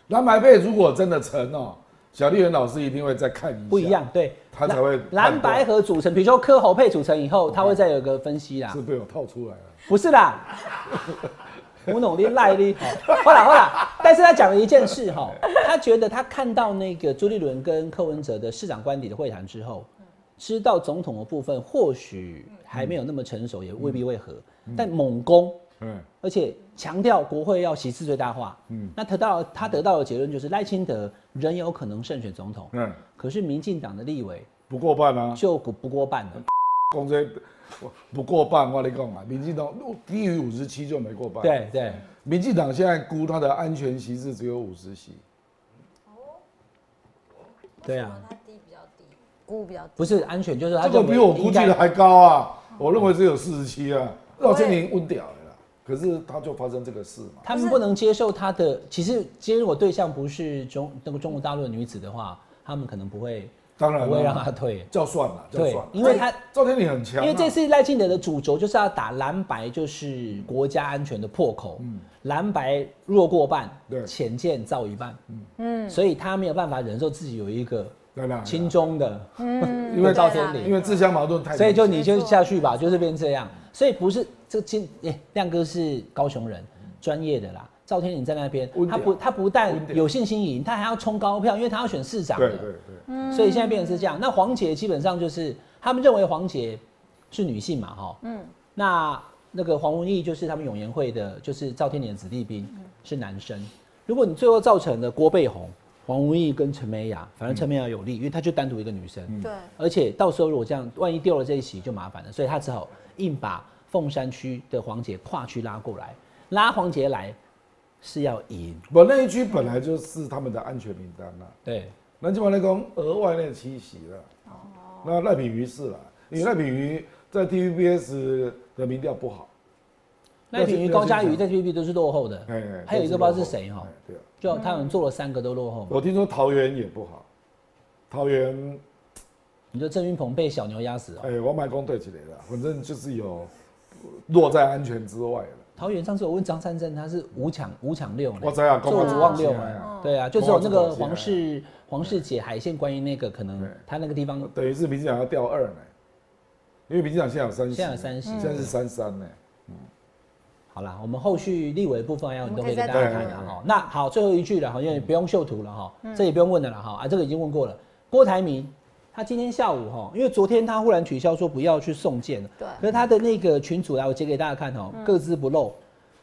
C: 蓝白配如果真的成哦，小丽媛老师一定会再看一下，
B: 不一样，对，
C: 他才会
B: 蓝蓝
C: 判断
B: 白和组成，比如说科侯配组成以后，他会再有个分析啦
C: 是。被我套出来了。啊
B: 不是啦，吴努力赖力，好后来后来，但是他讲了一件事哈，他觉得他看到那个朱立伦跟柯文哲的市长官邸的会谈之后，知道总统的部分或许还没有那么成熟，也未必会合，但猛攻。
C: 嗯，
B: 而且强调国会要席次最大化，嗯
C: 嗯，
B: 那得到他得到的结论就是赖清德仍有可能胜选总统，
C: 嗯，
B: 可是民进党的立委
C: 不过半啊，
B: 就不不过半了。
C: 讲这不过半，我跟你讲啊，民进党低于五十七就没过半。
B: 对对，
C: 民进党现在估他的安全席次只有五十席，
B: 对啊，
E: 它低比较低，估比较低。
B: 不是安全，就是他
C: 这个
B: 认为
C: 比我估计
B: 应
C: 的
B: 该
C: 还高啊！我认为只有四十七啊，廖建宁问屌了啦。可是他就发生这个事嘛，
B: 他们不能接受他的。其实，今天我对象不是中那个中国大陆的女子的话，他们可能不会
C: 当然啊
B: 不会啊让他
C: 了，
B: 退。
C: 叫算了，叫
B: 对
C: 算了，，
B: 因为他
C: 赵天林很强
B: 因
C: 啊，
B: 为这次赖清德的主轴就是要打蓝白，就是国家安全的破口。蓝白弱过半，
C: 嗯对
B: 浅见造一半。嗯，所以他没有办法忍受自己有一个
C: 对啦，
B: 亲中的，
C: 啊
B: [LAUGHS]
C: 因为
B: 赵天
C: 因
B: 麟，
C: 为自相矛盾太
B: 啊
C: 明显，
B: 所以就你就下去吧，就是变这样。所以不是这今哎，亮哥是高雄人，专业的啦。赵天麟在那边
C: 温，
B: 他
C: 点
B: 不他不但
C: 温点
B: 有信心赢，他还要冲高票，因为他要选市长
C: 对
B: 的。
C: 对对，
B: 所以现在变成是这样。那黄杰基本上就是他们认为黄杰是女性嘛，哈，嗯，那那个黄文义就是他们永延会的，就是赵天麟的子弟兵、是男生。如果你最后造成了郭贝红、黄文义跟陈美雅，反
C: 嗯
B: 正陈美雅有利，因为她就单独一个女生，
D: 对，啊
B: 而且到时候如果这样，万一丢了这一席就麻烦了，所以他只好硬把凤山区的黄杰跨区拉过来，拉黄杰来是要赢，
C: 我那一区本来就是他们的安全名单啦，
B: 对，
C: 那基本来讲额外那七席了，那赖品妤是了，因为赖品妤在 TVBS 的民调不好，
B: 赖品妤、高嘉瑜在 T v B 都是落后的，
C: 哎，
B: 还有一个不知道是谁哈、哦
C: 哎对啊，
B: 就他们做了三个都落后嘛。
C: 我听说桃园也不好，桃园，
B: 你说郑云鹏被小牛压死哦、
C: 哎、我买公对起来了，反正就是有落在安全之外了。
B: 桃园上次我问张三正，他是五抢五抢六呢，
C: 我知道
B: 做
C: 公告
B: 五万六
C: 是这
B: 呢
C: 样。
B: 对啊，就只有那
C: 公告
B: 个
C: 是这样
B: 黄氏黄氏姐海线观音那个，可能
C: 对
B: 他那个地方
C: 等于是民进党要掉二呢，因为民进党现在有三十，
B: 现在有30
C: 现在是三三呢。
B: 好啦，我们后续立委部分要你都可以给大家
C: 我们可以
B: 看了
C: 再讨论嗯
B: 哈。那好，最后一句了哈，因为不用秀图了哈，这也不用问的了哈。啊，这个已经问过了。郭台铭他今天下午哈，因为昨天他忽然取消说不要去送件了，
D: 对
B: 可是他的那个群组来，我截给大家看哦，
C: 嗯
B: 各自不漏。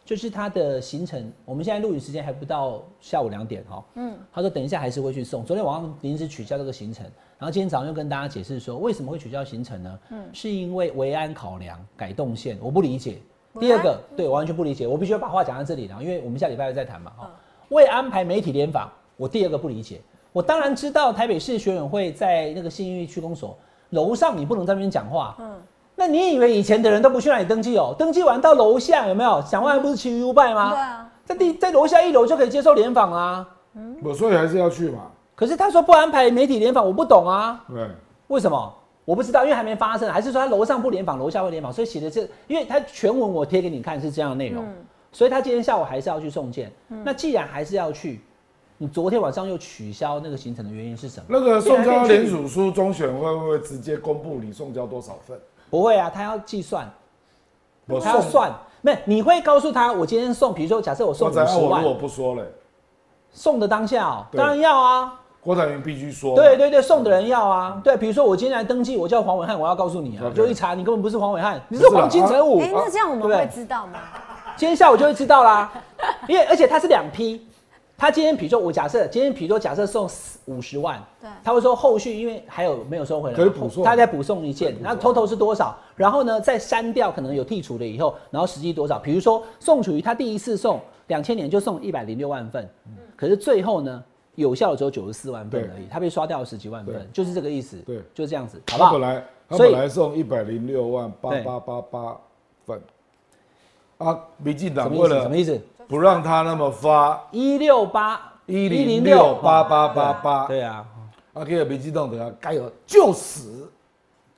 B: 就是他的行程，我们现在录影时间还不到下午两点哈。嗯，他说等一下还是会去送。昨天晚上临时取消这个行程，然后今天早上又跟大家解释说为什么会取消行程呢？嗯，是因为维安考量改动线，我不理解。第二个，对我完全不理解，我必须要把话讲到这里了，因为我们下礼拜再谈嘛。哈，为安排媒体联访，我第二个不理解。我当然知道台北市学委会在那个信义区公所楼上，你不能在那边讲话。嗯，那你以为以前的人都不去那里登记哦？登记完到楼下有没有？讲话还不是骑 U 拜吗？
D: 对啊，
B: 在地在楼下一楼就可以接受联访啊。
C: 我所以还是要去嘛，
B: 可是他说不安排媒体联访，我不懂啊，
C: 对，
B: 为什么？我不知道，因为还没发生，还是说他楼上不联访，楼下会联访，所以写的这，因为他全文我贴给你看是这样的内容，所以他今天下午还是要去送件。那既然还是要去，你昨天晚上又取消那个行程的原因是什么？
C: 那个送交联署书，中选会不会直接公布你送交多少份？
B: 不会啊，他要计算，
C: 我
B: 他要算，没有你会告诉他，我今天送，比如说假设我送
C: 我
B: 五
C: 怎
B: 十
C: 样？我
B: 万
C: 如，果不说嘞，
B: 送的当下哦、
C: 对
B: 当然要啊，
C: 郭台铭必须说。
B: 对，对对，送的人要啊，对，比如说我今天来登记，我叫黄伟汉，我要告诉你啊，
C: OK
B: 就一查你根本不是黄伟汉，你是
C: 不是啊
B: 黄金城武
D: 哎、。那这样我们
B: 对
D: 会知道吗？
B: 今天下午就会知道啦，因为而且他是两批，他今天比如说我假设今天比如说假设送五十万，
D: 对
B: 他会说后续因为还有没有收回来，
C: 可以补送
B: 他再补送一件
C: 可以，补
B: 那
C: 送
B: total 是多少？然后呢再删掉可能有剔除的以后，然后实际多少？比如说宋楚瑜他第一次送两千年就送一百零六万份，可是最后呢有效的只有九十四万份
C: 对
B: 而已，它被刷掉了十几万份
C: 对，
B: 就是这个意思。
C: 对
B: 就是这样子，好不
C: 他
B: 好
C: 本？来他
B: 所以
C: 本来送一百零六万八
B: 对
C: 八八八份，啊，民进
B: 什
C: 党
B: 么
C: 为
B: 意思？什
C: 了
B: 么意思？
C: 不让他那么发
B: 一六八
C: 一零六八八八八，
B: 对啊，
C: 啊，给民进党的啊，该有就死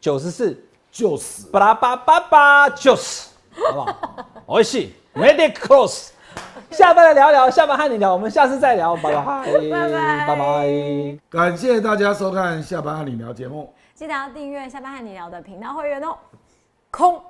B: 九十四，
C: 就死，
B: 巴拉巴巴巴，就是，好不好？我一起 m e d i c a l s 下班来聊聊，下班和你聊，我们下次再聊，拜拜，拜
D: 拜
B: 拜拜。
C: 感谢大家收看下班和你聊节目。
D: 记得要订阅下班和你聊的频道会员哦。空。